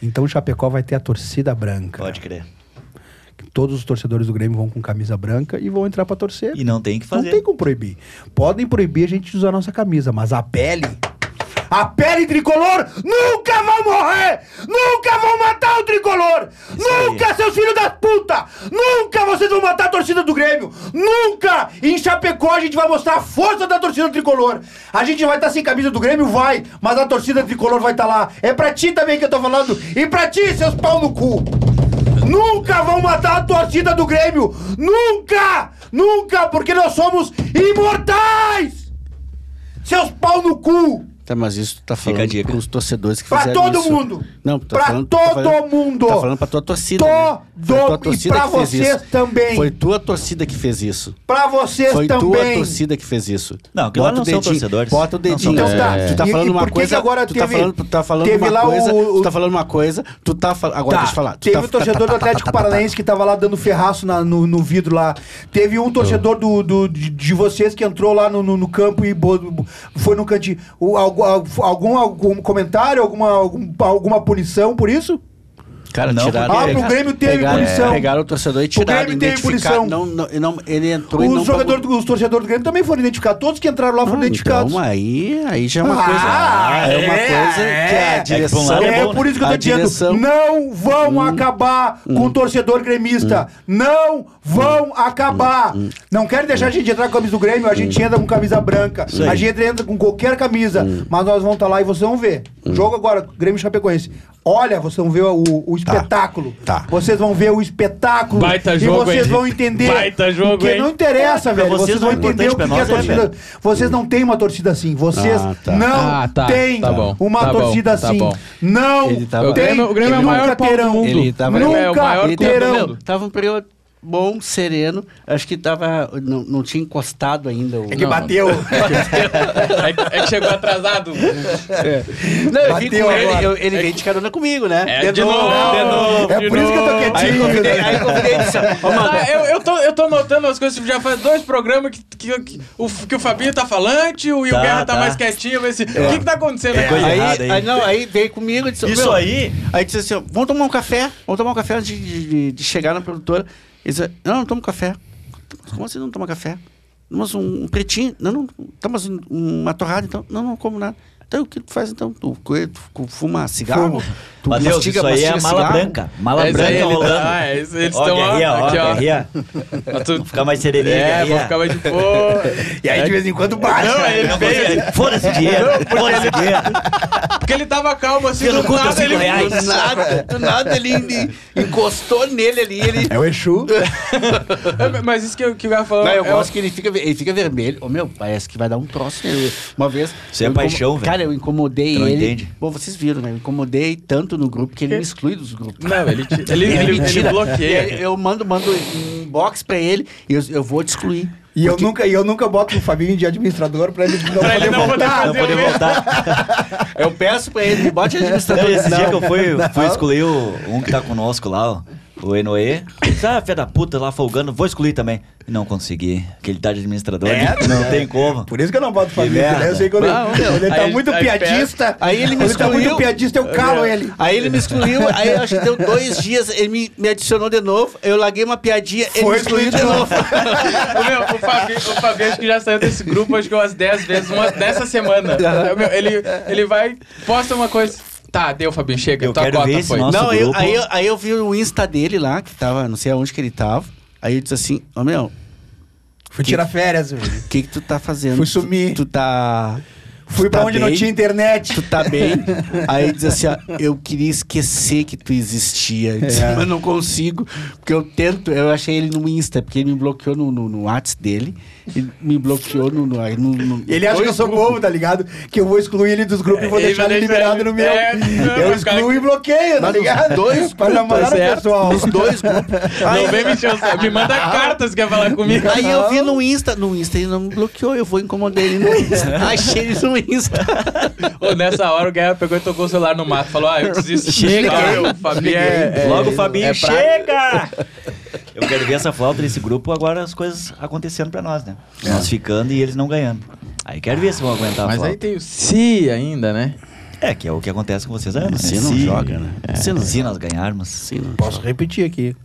Então Chapecó vai ter a torcida branca.
Pode crer.
Que Todos os torcedores do Grêmio vão com camisa branca e vão entrar pra torcer.
E não tem o que
Não
fazer.
tem como proibir. Podem proibir a gente de usar a nossa camisa, mas a pele. A pele tricolor nunca vão morrer! Nunca vão matar o tricolor!
aí.
nunca, seus filhos da puta! Nunca vocês vão matar a torcida do Grêmio! Nunca! Em Chapecó a gente vai mostrar a força da torcida tricolor! A gente vai estar sem camisa do Grêmio? Vai! Mas a torcida tricolor vai estar lá! É pra ti também que eu tô falando! E pra ti, seus pau no cu! Nunca vão matar a torcida do Grêmio! Nunca! Nunca! Porque nós somos imortais! Seus pau no cu!
Tá, mas isso tu tá
Fica a
falando
dica.
pros torcedores que
Pra
fizeram
todo
isso.
mundo.
Não, tu tá
Pra
falando, tu tá
todo
falando-
mundo.
Tá falando pra tua torcida.
Todo-
né? Foi tua
e pra
que fez
vocês
isso.
também.
Foi tua torcida que fez isso.
Pra vocês
Foi tua
também!
torcida que fez isso.
Não, que lá não são torcedores.
Bota o
Não
dedinho.
são
Então tá,
Tu tá
e-
falando
e por
uma
que
coisa.
que agora
tu tá
teve-
falando, tu tá falando
teve
uma
lá o-
coisa. Tu tá
o-
falando uma coisa. Tu tá falando. Agora
Tá,
deixa eu falar. Tu
teve
tá,
o torcedor do Atlético Paranaense que tava lá dando ferraço na- no, no vidro lá. Teve um torcedor do, do- de, de vocês que entrou lá no, no- no campo e bo- bo- foi no cantinho. O- algu- algum, algum comentário? Alguma, algum- alguma punição por isso?
Cara,
Não,
tiraram.
porque-
pega-
Ah, pro
Grêmio teve
pegaram,
punição.
Pegaram o torcedor e tiraram.
Grêmio teve
identificaram-
punição.
Não, não, e não, ele entrou e não.
Os, jogador,
pagou.
do- os torcedores do Grêmio também foram identificados. Todos que entraram lá foram
Ah,
identificados.
Então, aí, aí já é uma
Ah,
coisa. é uma
é,
coisa que
é.
a
É que
pra um
direção.
lado
É,
bom, né?
por isso que eu
a
tô dizendo,
direção-
não vão acabar com o torcedor gremista. Não vão acabar. Não quero deixar a gente entrar com a camisa do Grêmio, a gente entra com camisa branca.
aí.
A gente entra com qualquer camisa. Mas nós vamos estar lá e vocês vão ver. Jogo agora, Grêmio e Chapecoense. Olha, vocês vão ver o, o espetáculo.
Tá.
Vocês vão ver o espetáculo.
Baita
e
jogo,
vocês
hein?
vão entender.
Baita jogo,
porque
hein?
não interessa,
É, pra
velho. Vocês,
vocês
vão
o
entender o que,
importante
é
pra
a
nós é,
torcida. vocês não têm uma torcida assim. Vocês
Ah, tá.
não
Ah, tá.
têm
Tá bom.
uma
Tá bom,
torcida
tá
assim.
bom.
Não
Ele
tem.
tava-
O Grêmio, o Grêmio é o
nunca
maior pau do
terão.
mundo.
Ele tava-
O Grêmio é o
Nunca
maior
Ele
pau do
terão.
mundo.
Tava um período bom, sereno. Acho que tava. Não, não tinha encostado ainda o.
É que
Não.
bateu.
É, que- é que chegou atrasado.
Não, eu vim
Bateu
com ele,
agora.
eu- ele veio de carona comigo, né?
É, de novo, de novo,
É
de
por isso que eu tô
novo.
Aí
quietinho.
convidei, aí convidei ele, disse, ó, mano,
Ah, eu, eu, tô, eu tô notando as coisas, tipo, já faz dois programas que, que, que o, que o Fabinho tá falante o, e
Tá,
o Guerra tá,
tá.
mais quietinho. Mas, assim, O que que tá acontecendo aqui?
coisa-
aí,
errada aí.
aí não, aí veio comigo e disse,
Isso
meu,
aí-
Aí disse assim, ó, vamos tomar um café, vamos tomar um café antes de, de- de chegar na produtora. Ele disse, não, não tomo café. Como assim não toma café? Mas um, um pretinho, não, não, tomas um- uma torrada, então, não, não como nada. Então o que tu faz então? Tu, co- tu fuma cigarro? Tu
Matheus,
mastiga-
isso aí é a
mastiga
mala
cigarro?
branca. Mala
É isso
branca
aí, ele-
rolando.
ah, é isso, eles
Ó,
tão, ó,
guerrinha, ó,
aqui, ó.
guerrinha.
Ah, tu-
Ficar mais sererinha,
é, vou
guerrinha.
ficar mais de boa.
E aí de vez em quando bate.
Não, ele
Não
veio.
consegue. Foda-se dinheiro, foda-se dinheiro.
Porque ele tava calmo assim,
Pelo
do
cu, teus
nada
cinco
ele.
reais.
Do nada, do nada ele, ele encostou nele ali, ele
É o Exu.
É, Mas isso que, eu- que o Guerra falou.
Não, eu
é o-
gosto que ele fica, ele fica vermelho. Ô, meu, parece que vai dar um troço nele. Uma vez.
Isso é
eu
paixão, velho.
Cara, eu incomodei
Tu não
ele.
entende?
Bom, vocês viram, né? Eu incomodei tanto no grupo que ele me exclui dos grupos.
Não, ele, te- ele, ele, ele bloqueia.
Ele- Eu mando, mando inbox pra ele e eu, eu vou te excluir.
E eu, nunca, e eu nunca boto o Fabinho de administrador pra ele não
Pra
poder
ele não poder
voltar.
Não
fazer
poder
o mesmo.
voltar.
Eu peço pra ele, me bote
Não,
administrador.
esse dia que eu fui, fui
Não.
excluir o, um que tá conosco lá, ó, o Enoê. Disse, Ah, fé da puta, lá folgando, vou excluir também. Não consegui, que ele tá de administrador,
É?
não tem como.
Por isso que eu não boto o Fabinho.
merda.
né? Eu sei que eu-
Não, meu.
ele tá
Ah, Aí-
muito
aí
piadista.
Aí ele me
Ele tá muito
excluiu.
piadista, eu calo ele.
Aí ele me excluiu, aí eu acho que deu dois dias, ele me, me adicionou de novo, eu larguei uma piadinha, ele
Foi
me excluiu de
excluído de
novo.
O, meu, o, Fabi, o Fabi acho que já saiu desse grupo acho que umas 10 vezes, uma dessa semana. É O meu, ele, ele vai, posta uma coisa. Tá, deu, Fabinho, chega.
Eu
tua
quero
cota
ver esse
foi.
nosso-
Não, eu,
grupo.
aí, eu- aí eu vi o Insta dele lá, que tava, não sei aonde que ele tava. Aí eu disse assim, ô meu,
Fui tirar férias. velho.
o que que tu tá fazendo?
Fui sumir.
Tu, tu tá...
Fui
tu
pra
tá
onde não
bem?
tinha internet.
Tu tá bem? aí diz assim, ó, eu queria esquecer que tu existia. Eu disse,
É.
Mas não consigo, porque eu tento... Eu achei ele no Insta, é porque ele me bloqueou no, no, no Whats dele. Ele me bloqueou no... no, aí no, no-
Ele acha que eu sou bobo, tá ligado? Que eu vou excluir ele dos grupos e vou
Ele
deixar
vai
ele
deixar
liberado
ele-
no meu.
É, não,
eu
mas cara,
excluo e bloqueio, tá
Mas nos
ligado?
dois
Pra não
grupos,
mandar no
certo.
pessoal.
Nos dois grupos.
Não
Aí-
vem me encher o saco. Me manda cartas que quer falar
é
comigo.
Aí eu vi no Insta, no Insta ele não me bloqueou, eu vou incomodar ele no Insta. Achei ele no Insta.
Ô, nessa hora o Guerra pegou e tocou o celular no mato. Falou, ah, eu desisto.
Chega.
Não, o Fabi é, é-
Logo o Fabinho,
é pra-
chega! Eu quero ver essa flauta desse grupo, agora as coisas acontecendo pra nós, né? Nós ficando e eles não ganhando. Aí quero ver se vão aguentar a
Mas aí
flauta.
tem o se ainda, né?
É, que é o que acontece com vocês há anos,
Você
né?
não
Se-
joga, né? Você não
Se nós ganharmos...
Posso repetir aqui.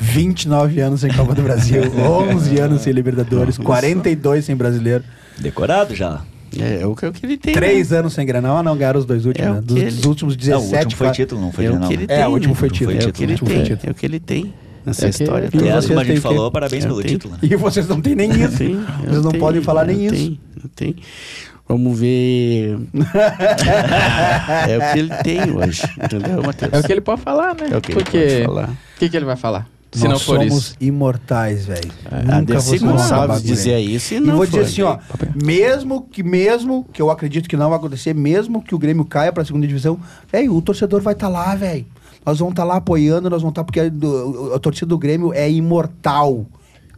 29 anos sem Copa do Brasil, 11 anos sem Libertadores, 42 sem Brasileiro,
Decorado já.
É, é o que é o que ele tem.
3 anos sem Granal. Ah, não, ganharam os dois
É
últimos,
o
né?
que
Dos,
ele-
dos últimos
Não, o
17.
último foi
quase.
título, não
né?
foi
É o
jornal.
que
né?
ele tem.
É, o último
né?
foi título,
é o
É o
título,
que ele
último foi
tem.
título.
É o que ele tem nessa
É que-
história.
E
É,
toda.
vocês
como a gente
têm
falou,
que-
parabéns
Eu
pelo
tenho.
título. né?
E vocês não têm nem
Eu
isso.
tenho, eu
Vocês não
tenho,
podem falar
eu
nem isso.
tenho, eu tenho. Vamos ver. é o que ele tem hoje, entendeu, Matheus?
É o que ele pode falar, né?
É o que ele
Porque
pode falar.
o que, que ele vai falar? Se
Nós
não for
somos
isso.
imortais, velho.
É, A Dercy
vão acabar
Gonçalves
com ele.
dizia isso e
E
não
vou dizer
foi.
assim, ó, mesmo que mesmo que eu acredito que não vai acontecer, mesmo que o Grêmio caia pra segunda divisão, velho, o torcedor vai estar lá, velho. Nós vamos estar lá apoiando, nós vamos estar porque a, do- a torcida do Grêmio é imortal.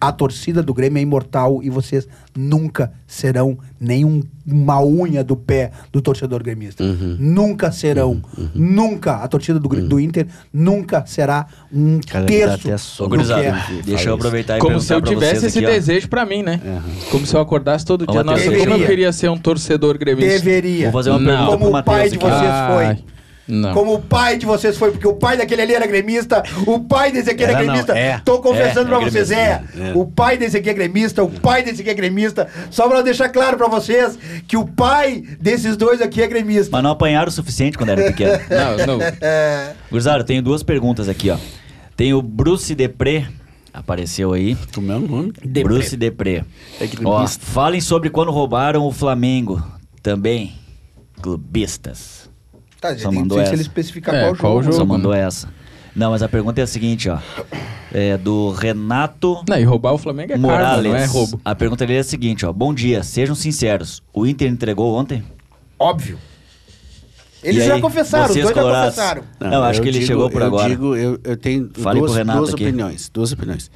A torcida do Grêmio é imortal e vocês nunca serão nenhum uma unha do pé do torcedor gremista.
Uhum.
Nunca serão. Nunca. A torcida do, Gr- do Inter nunca será um
Cara, me dá
terço.
até né?
Ô,
sono.
do que
gurizada,
é.
deixa eu aproveitar e
Como
perguntar
se eu
pra
tivesse
vocês
esse
aqui, ó.
desejo pra mim, né? Como se eu acordasse todo
Ô,
dia.
Matheus,
Nossa,
deveria.
como eu queria ser um torcedor gremista.
Deveria.
Vou fazer uma
Não.
pergunta pro
Como o pai
Matheus
de
aqui.
vocês
Ai.
foi.
Não.
Como o pai de vocês foi, porque o pai daquele ali era gremista, o pai desse aqui era,
Era não,
gremista.
é.
Tô confessando
É,
pra
é
vocês, é.
gremista,
é.
O pai desse aqui é gremista, o pai desse aqui é gremista. Só pra deixar claro pra vocês que o pai desses dois aqui é gremista.
Mas não apanharam o suficiente quando era pequeno.
Não, não.
Gurizada, eu tenho duas perguntas aqui, ó. Tem o Bruce Depré, apareceu aí.
Como é o nome?
Bruce Depré.
É que
Ó,
clubista.
falem sobre quando roubaram o Flamengo. Também. Clubistas.
Tá,
Só mandou
se ele
essa.
especificar
É,
qual,
qual
jogo.
jogo?
Só
né?
mandou essa. Não, mas a pergunta é a seguinte, ó. É do Renato
Não, e roubar o Flamengo é caro,
Morales.
não é roubo.
A pergunta dele é a seguinte, ó. Bom dia, sejam sinceros. O Inter entregou ontem?
Óbvio.
E
Eles já
aí,
confessaram, os
vocês
dois já
colorados?
confessaram.
Não, acho
eu
que ele
digo-
chegou por
eu
agora.
Digo, eu, eu tenho
Falei pro
duas,
Renato
duas
aqui.
opiniões. Duas opiniões.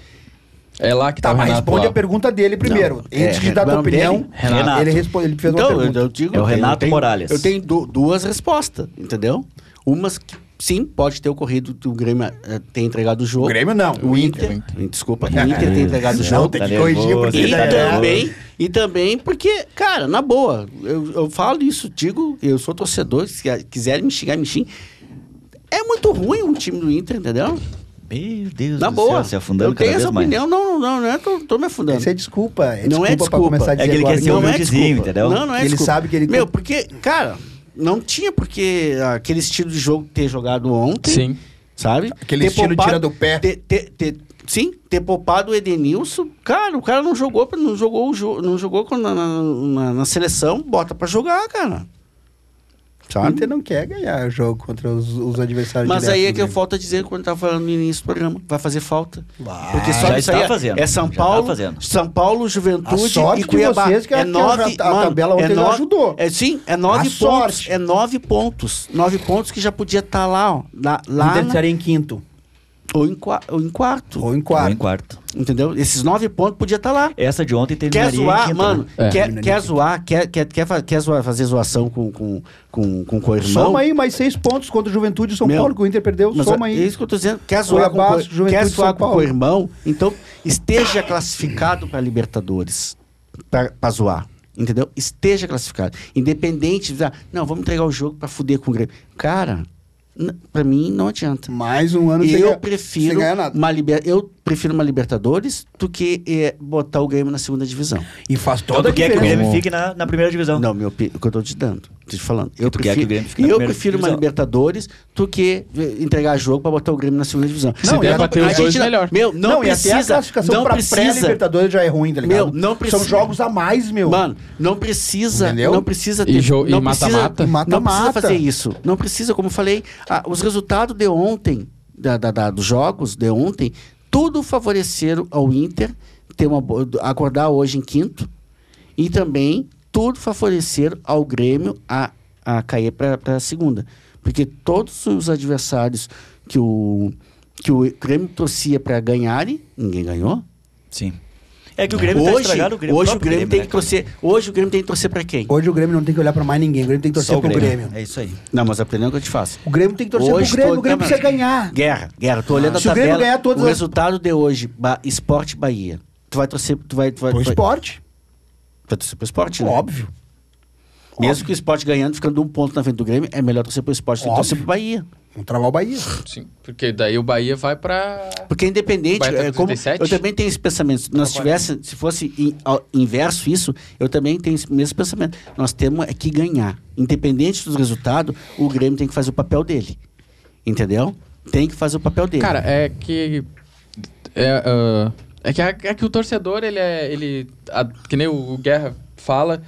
É lá que tá,
Tá,
o
mas
Renato
responde
lá.
a pergunta dele primeiro.
É,
Antes de dar
Renato
tua opinião,
dele?
Renato.
ele, responde, ele fez uma
Então, eu,
pergunta.
eu digo,
É o
eu
Renato
tenho-
Morales.
Eu tenho du- duas respostas, entendeu? Umas que sim, pode ter ocorrido que o Grêmio eh, tem entregado o jogo.
O Grêmio não, o
O Inter.
Inter.
Desculpa, o Inter tem entregado o
Não,
jogo.
tem
que
Tá
corrigir,
nervoso,
porque é
E
tá
daí-
nervoso.
também, e também porque, cara, na boa, eu, eu falo isso, digo, eu sou torcedor, se a- quiserem me xingar, me xingue. É muito ruim um time do Inter, entendeu?
Meu Deus
Na
do
boa.
céu, se afundando
eu
cada
tenho
vez
essa
mais.
opinião, não, não, não, não é, tô, tô me afundando.
Isso é desculpa. É
Não
desculpa Pra
é desculpa.
começar a
É
dizer
que ele
agora
quer ser
que
um
eu-
não é
humildezinho,
desculpa.
entendeu?
Não, não é
Ele
desculpa.
sabe que ele-
Meu, porque, cara, não tinha porque aquele estilo de jogo ter jogado ontem,
Sim.
sabe?
Aquele
Ter
estilo tira do pé.
ter- ter- ter- sim, ter poupado o Edenilson. Cara, o cara não jogou, pra- não jogou, o jo- não jogou quando na, na- na- na seleção, bota pra jogar, cara.
O
Sabe?
Inter não quer ganhar jogo contra os, os adversários
Mas aí é que eu
falo.
falta dizer quando eu tava falando no início do programa, vai fazer falta.
Vai.
Porque
Já
só isso
está
aí é-
fazendo,
é
já
São
tá
Paulo,
fazendo.
São Paulo,
A
Juventude
sorte
e
de
Cuiabá.
vocês que a-
é
que a-
nove,
a- a
mano,
tabela ontem
é
já
nove,
ajudou.
É sim, é nove
A
pontos,
sorte.
é nove pontos, nove pontos que já podia estar lá, ó, na-
O
lá
Inter
na-
estaria em quinto.
ou, em, qua- ou em quarto,
Ou em
Tô em
quarto.
quarto.
entendeu? Esses nove pontos podia estar lá.
Essa de ontem terminaria
Quer
em
zoar,
quinto,
mano?
né?
É.
Quer, quer zoar? Quer, quer, quer, fa- quer zoar, fazer zoação com com com, com, com o irmão?
Soma aí mais seis pontos contra o Juventude e São
Meu,
Paulo, que o Inter perdeu.
Mas
Então Soma
é
aí.
isso que eu tô dizendo. Quer zoar com,
Cuiabá,
o co-
Juventude
quer
de
zoar
São
com o
Paulo.
co-irmão, então esteja classificado para Libertadores. Para zoar. Entendeu? Esteja classificado. Independente de. ah, Não, vamos entregar o jogo para fuder com o Grêmio. Cara, n- pra mim não adianta.
Mais um ano sem
Eu
ganhar- sem
prefiro,
ganhar nada.
uma liber... eu prefiro uma Libertadores do que eh, botar o Grêmio na segunda divisão.
E faz
Então
toda a
tu quer que o
diferença.
Grêmio fique na, na primeira divisão.
Não, meu, pi- o que eu tô te dando, tô te falando. Eu
Tu quer
prefiro,
que o Grêmio fique na
eu
primeira
prefiro uma
divisão.
Libertadores do que eh, entregar jogo pra botar o Grêmio na segunda divisão.
Se der
e a-
pra ter
a
os dois,
gente não-
melhor.
Meu, não,
e
precisa.
até a classificação
não
pra
precisa.
pré-Libertadores já é ruim, tá ligado?
Meu, não precisa.
São jogos a mais, meu.
Mano, não precisa.
Entendeu?
Não precisa
E
ter.
jo- e
não precisa-
mata-mata?
Não precisa
Mata-mata.
fazer isso. Não precisa, como eu falei, ah, os resultados de ontem, da, da- da- dos jogos de ontem, tudo favoreceram ao Inter ter uma, bo- acordar hoje em quinto e também tudo favoreceram ao Grêmio a, a cair para a segunda. Porque todos os adversários que o, que o Grêmio torcia para ganharem, ninguém ganhou.
Sim. É que o Grêmio tá
hoje,
estragado, o Grêmio
hoje o
próprio
Grêmio tem
né,
que
cara?
torcer. Hoje o Grêmio tem que torcer para quem?
Hoje o Grêmio não tem que olhar pra mais ninguém. O Grêmio tem que torcer
Só o
pro
Grêmio.
Grêmio.
É isso aí.
Não, mas a opinião que eu te faço.
O Grêmio tem que torcer
Hoje
pro Grêmio.
tô-
O Grêmio
tá,
precisa
mas-
ganhar.
Guerra, guerra. Tô olhando a
Se o Grêmio
tabela.
ganhar todas
o
as-
resultado de hoje, ba Esporte Bahia. Tu vai torcer, tu vai, tu vai,
Pro
tu vai,
esporte.
vai torcer pro esporte, né?
Óbvio.
Mesmo
óbvio.
que o esporte ganhando, ficando um ponto na frente do Grêmio, é melhor torcer pro esporte do que
Óbvio.
torcer pro Bahia.
Vamos travar o Bahia.
Sim, porque daí o Bahia vai pra...
Porque é independente,
Bahia tá
é,
com
como,
37?
eu também tenho esse pensamento. Se nós tivesse, se fosse in- ao- inverso isso, eu também tenho esse mesmo pensamento. Nós temos é que ganhar. Independente dos resultados, o Grêmio tem que fazer o papel dele. Entendeu? Tem que fazer o papel dele.
Cara, é que... É, ah, é, que, é que o torcedor, ele é... Ele, a- que nem o Guerra fala...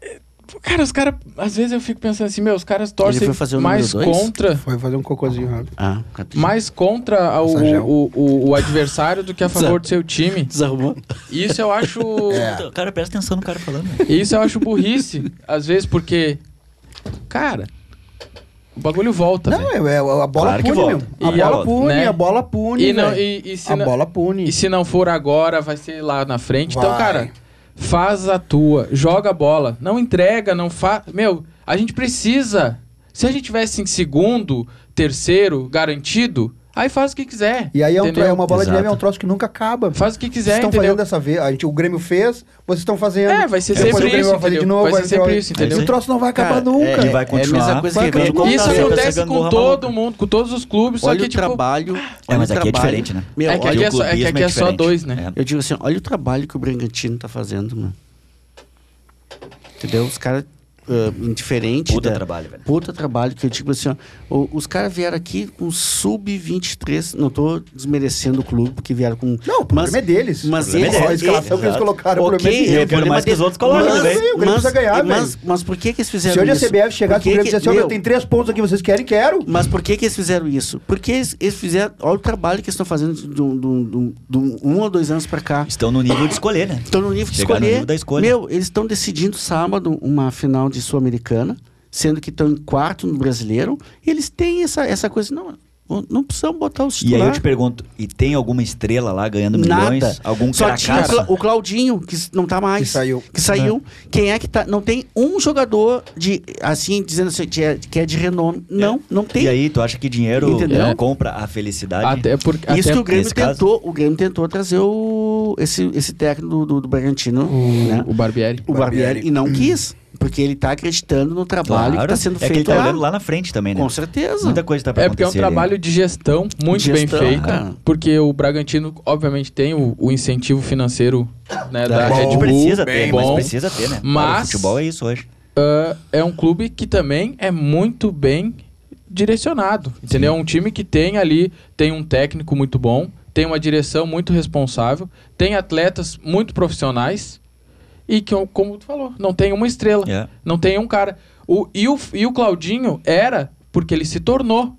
é, Cara, os caras... Às vezes eu fico pensando assim, meu, os caras torcem
foi fazer o número
mais
dois?
contra...
Foi fazer um cocôzinho rápido.
Ah, capricha.
Mais contra ao-
Sangel.
o, o, o adversário do que a favor do seu time.
desarrumou.
Isso eu acho...
É.
Puta, Cara, presta atenção no cara falando. né?
Isso eu acho burrice, às vezes, porque. Cara, o bagulho volta.
Não,
velho.
é, é- a bola
Claro que
pune,
volta.
meu. A
E
bola
a-
pune,
né?
a bola pune.
E não-
velho.
e- e se
a
não-
bola pune.
E se não for agora, vai ser lá na frente. Então,
Vai.
cara, faz a tua, joga a bola. Não entrega, não faz. Meu, a gente precisa. Se a gente tivesse em segundo, terceiro, garantido, Aí faz o que quiser.
E aí é, um
entendeu?
tro- é uma bola de
Exato.
neve, é um troço que nunca acaba.
Faz o que
Vocês
quiser,
estão
entendeu?
fazendo dessa vez. A gente, o Grêmio fez, vocês estão fazendo.
É, vai ser
Depois o
sempre
Grêmio
isso,
vai fazer de
entendeu?
novo.
Vai ser sempre
fazer-
isso, entendeu?
Esse troço não vai acabar
Cara,
nunca.
E vai continuar.
É a mesma coisa
Vai
que vem
continuar.
Isso
Tá,
acontece
tá
com
chegando
todo
maluco.
mundo, com todos os clubes, só
Olha
que
o
tipo...
trabalho.
É,
olha
mas
o
aqui é
trabalho.
diferente, né?
Meu,
É que
olha-
aqui é só- é que
clubismo
aqui é só
diferente.
dois, né?
É.
Eu digo assim, olha o trabalho que o Bragantino tá fazendo, mano. Entendeu? Os caras, ah, indiferente...
Puta
da-
trabalho, velho.
Puta trabalho, que eu digo assim, ó, o- os caras vieram aqui com sub-23, não tô desmerecendo o clube, porque vieram com...
Não, o problema
mas,
é deles.
Mas
O problema é
eles-
deles. A escalação que eles
Exato.
colocaram, o
Ok,
problema é deles.
Eu
o
quero
problema
mais que
deles.
os outros coloquem
Mas-
também.
Sim, o Grêmio
mas-
precisa ganhar,
mas, mas por que que eles
Se
fizeram
hoje a
isso?
CBF
Por
chegasse
que
pro Grêmio e
que-
dissesse, olha, eu
meu,
tenho três pontos aqui, vocês querem? Quero.
Mas por que, que eles fizeram isso? Porque eles, eles fizeram. Olha o trabalho que eles estão fazendo de um- de um- de um- de um- um ou dois anos pra cá.
Estão no nível de escolher, né?
Estão no nível de
Chegar no
escolher.
nível da escolha.
Meu, eles estão decidindo sábado uma final de Sul-Americana, sendo que estão em quarto no brasileiro. E eles têm essa, essa coisa. Não, não precisamos botar os
E aí eu
titulares.
te pergunto, e tem alguma estrela lá ganhando milhões?
Nada.
Algum
Só tinha o
cracaço?
Cla- o Claudinho, que s- não tá mais.
Que saiu.
Que
Né.
saiu. Quem é que tá? Não tem um jogador de, assim, dizendo assim, que é- que é de renome. Não, não tem.
E aí, tu acha que dinheiro
Entendeu?
não compra a felicidade?
Até porque...
Isso
até
que o Grêmio
nesse caso.
tentou, o Grêmio tentou trazer o, esse, esse técnico do, do, do Bragantino, né?
o Barbieri.
O, Barbieri, e não
Hum.
quis, porque ele tá acreditando no trabalho que tá sendo
é que ele
feito
tá
lá.
olhando lá na frente também, né?
Com certeza.
Muita coisa tá pra
É porque é um
acontecer ali, é.
trabalho de gestão muito
Gestão,
bem feito,
cara.
porque o Bragantino obviamente tem o, o incentivo financeiro né,
né?
da
a gente
Red Bull,
precisa
bem
ter, mas
bom.
precisa ter, né?
Mas-
Claro, o futebol é isso hoje.
Ah, é um clube que também é muito bem direcionado, entendeu? É um time que tem ali, tem um técnico muito bom, tem uma direção muito responsável, tem atletas muito profissionais e que, como tu falou, não tem uma estrela,
É.
não tem um cara. O, e, o, e o Claudinho era porque ele se tornou,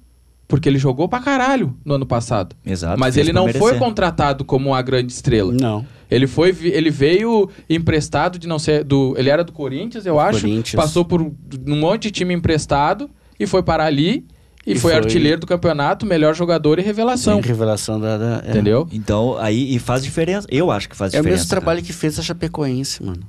porque ele jogou pra caralho no ano passado.
Exato.
Mas
fez
ele
pra
não foi
merecer.
contratado como uma grande estrela.
Não.
Ele foi, vi- ele veio emprestado de não ser do, ele era do Corinthians, eu acho.
Corinthians.
Passou por um monte de time emprestado e foi parar ali e,
E
foi,
foi-
artilheiro do campeonato, melhor jogador e revelação,
Tem É revelação da... da- é.
entendeu?
Então, aí e faz diferença. Eu acho que faz
É o
diferença. tá?
mesmo
cara.
trabalho que fez a Chapecoense, mano.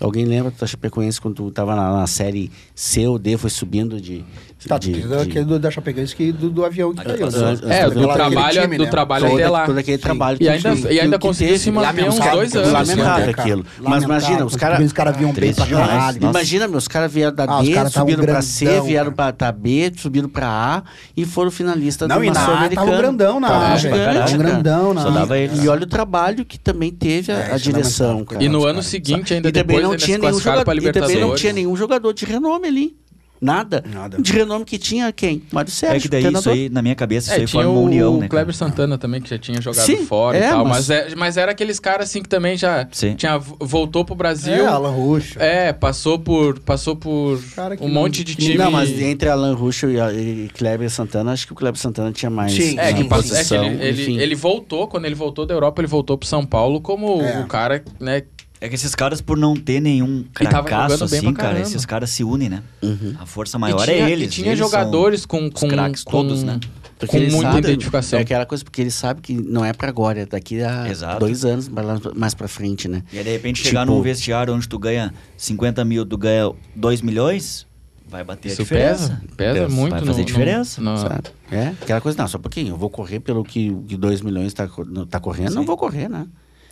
Alguém lembra da Chapecoense quando tu tava na, na série C ou D, foi subindo de...
Tá, tu
de,
precisa daquele do- da Chapecoense que do, do avião que caiu.
passou.
né?
É, do
Aquele
trabalho-
time,
do
né?
trabalho
Todo-
até lá.
Todo aquele
Sim.
trabalho
E ainda-
que,
e ainda
que
conseguiu se manter uns
Lamentável,
dois anos,
assim,
assim,
Lamentável
né, cara?
aquilo. Mas imagina, os
Lamentável,
caras...
porque Os caras vinham bem pra
Triste demais.
caralho.
Nossa.
Imagina, meu, os caras vieram da
Ah, os
D,
caras tavam
subiram pra C,
grandão,
vieram
cara.
pra, pra B, subiram pra A e foram finalistas
Não,
do
e na A tava um grandão na
Tava
A,
um
velho.
gigante,
Tava um
cara.
grandão na
Só
A.
dava ele.
E olha o trabalho que também teve a,
É,
a
isso é
direção,
lamentável, cara.
cara.
né? E no
Os
ano
caras-
seguinte ainda
E também
depois
não
ainda
tinha
se
nenhum
classificaram para
jogador, e também não
Libertadores.
tinha nenhum jogador de renome ali. Nada.
Nada.
De renome que tinha quem? Mário Sérgio,
É que daí isso
treinador.
aí, na minha cabeça, isso
É,
aí
tinha
forma uma
o,
união,
o
né? cara?
Kleber Santana também, que já tinha jogado
Sim,
fora
é,
e tal.
mas-
Mas, é- mas era aqueles caras assim que também já
Sim.
tinha, voltou pro Brasil.
É, Alan Ruxo.
É, passou por, passou por
Cara que
um
não-
monte de
que
time.
Não, mas entre Alan Ruschel e, a- e Kleber Santana, acho que o Kleber Santana tinha mais.
Sim.
É,
né,
que
Sim.
passou, é que
posição,
ele,
enfim.
ele, ele voltou, quando ele voltou da Europa, ele voltou pro São Paulo como
É.
o cara, né?
É que esses caras, por não ter nenhum
E tava
cracaço
jogando bem
assim,
pra
cara,
caramba. Uhum.
esses caras se unem, né? A força maior
e tinha,
é
e
eles.
tinha
eles são-
jogadores com, com,
craques
com-
todos, né?
Porque
com
ele
muita
sabe-
identificação.
É aquela coisa, porque ele sabe que não é pra agora, é daqui a
Exato.
dois anos pra lá- mais pra frente, né?
E aí, de repente, chegar
Tipo-
num vestiário onde tu ganha 50 mil, tu ganha 2 milhões, vai bater a
Isso
diferença.
pesa, pesa
Pesa.
muito.
Vai
no-
fazer
no-
diferença,
no-
Sabe? É, aquela coisa, não, só um pouquinho, eu vou correr pelo que 2 milhões tá, co- não tá correndo, não
Sim.
vou correr, né?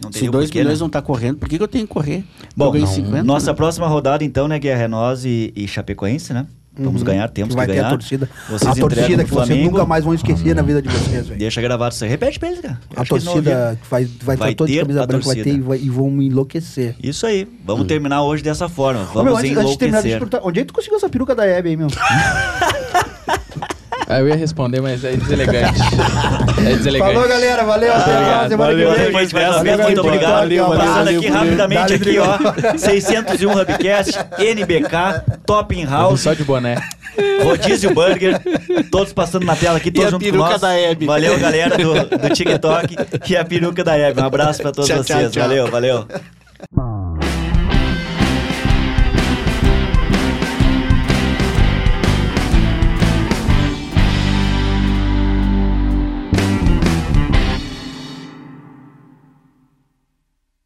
Não
Se
teria
2
porquê,
milhões
né?
não tá correndo, por que, que eu tenho que correr? eu
Bom,
ganho
não-
50.
nossa
né?
próxima rodada, então, né, Guerra é nós e, e Chapecoense, né? Vamos ganhar, temos
Uhum. que vai
que,
ter
ganhar.
a torcida.
Vocês
a torcida
entregam
que
pro
vocês
Flamengo.
nunca mais vão esquecer na vida de vocês, velho.
Deixa gravado isso aí. Repete pra eles, cara. Eu
A
acho que eles não ouviram.
torcida que vai estar vai tá
Vai
toda de
ter
camisa
a
branca, vai ter
torcida.
e, vai- e vão me enlouquecer.
Isso aí. Vamos terminar hoje dessa forma.
Uhum. Ô,
Vamos
meu, antes, antes de terminar, deixa eu
enlouquecer.
perguntar, onde é que tu conseguiu essa peruca da Hebe aí, meu?
Aí Ah, eu ia responder, mas é deselegante. é deselegante.
Falou, galera, valeu, até a semana
Obrigado,
que
Valeu,
vem.
depois, mais uma vez,
Valeu,
muito
valeu,
obrigado.
valeu, valeu,
Passando
valeu,
aqui
valeu.
rapidamente,
Dale,
aqui,
Rodrigo.
ó. 601 Hubcast, NBK, Top in
Eu vim
House,
Só de boné.
Rodízio Burger. Todos passando na tela aqui, todos
a
junto com
peruca
nós.
da Hebe.
Valeu, galera do, do TikTok e a peruca da Hebe. Um abraço pra todos
Tchau, tchau,
vocês.
tchau.
Valeu, valeu.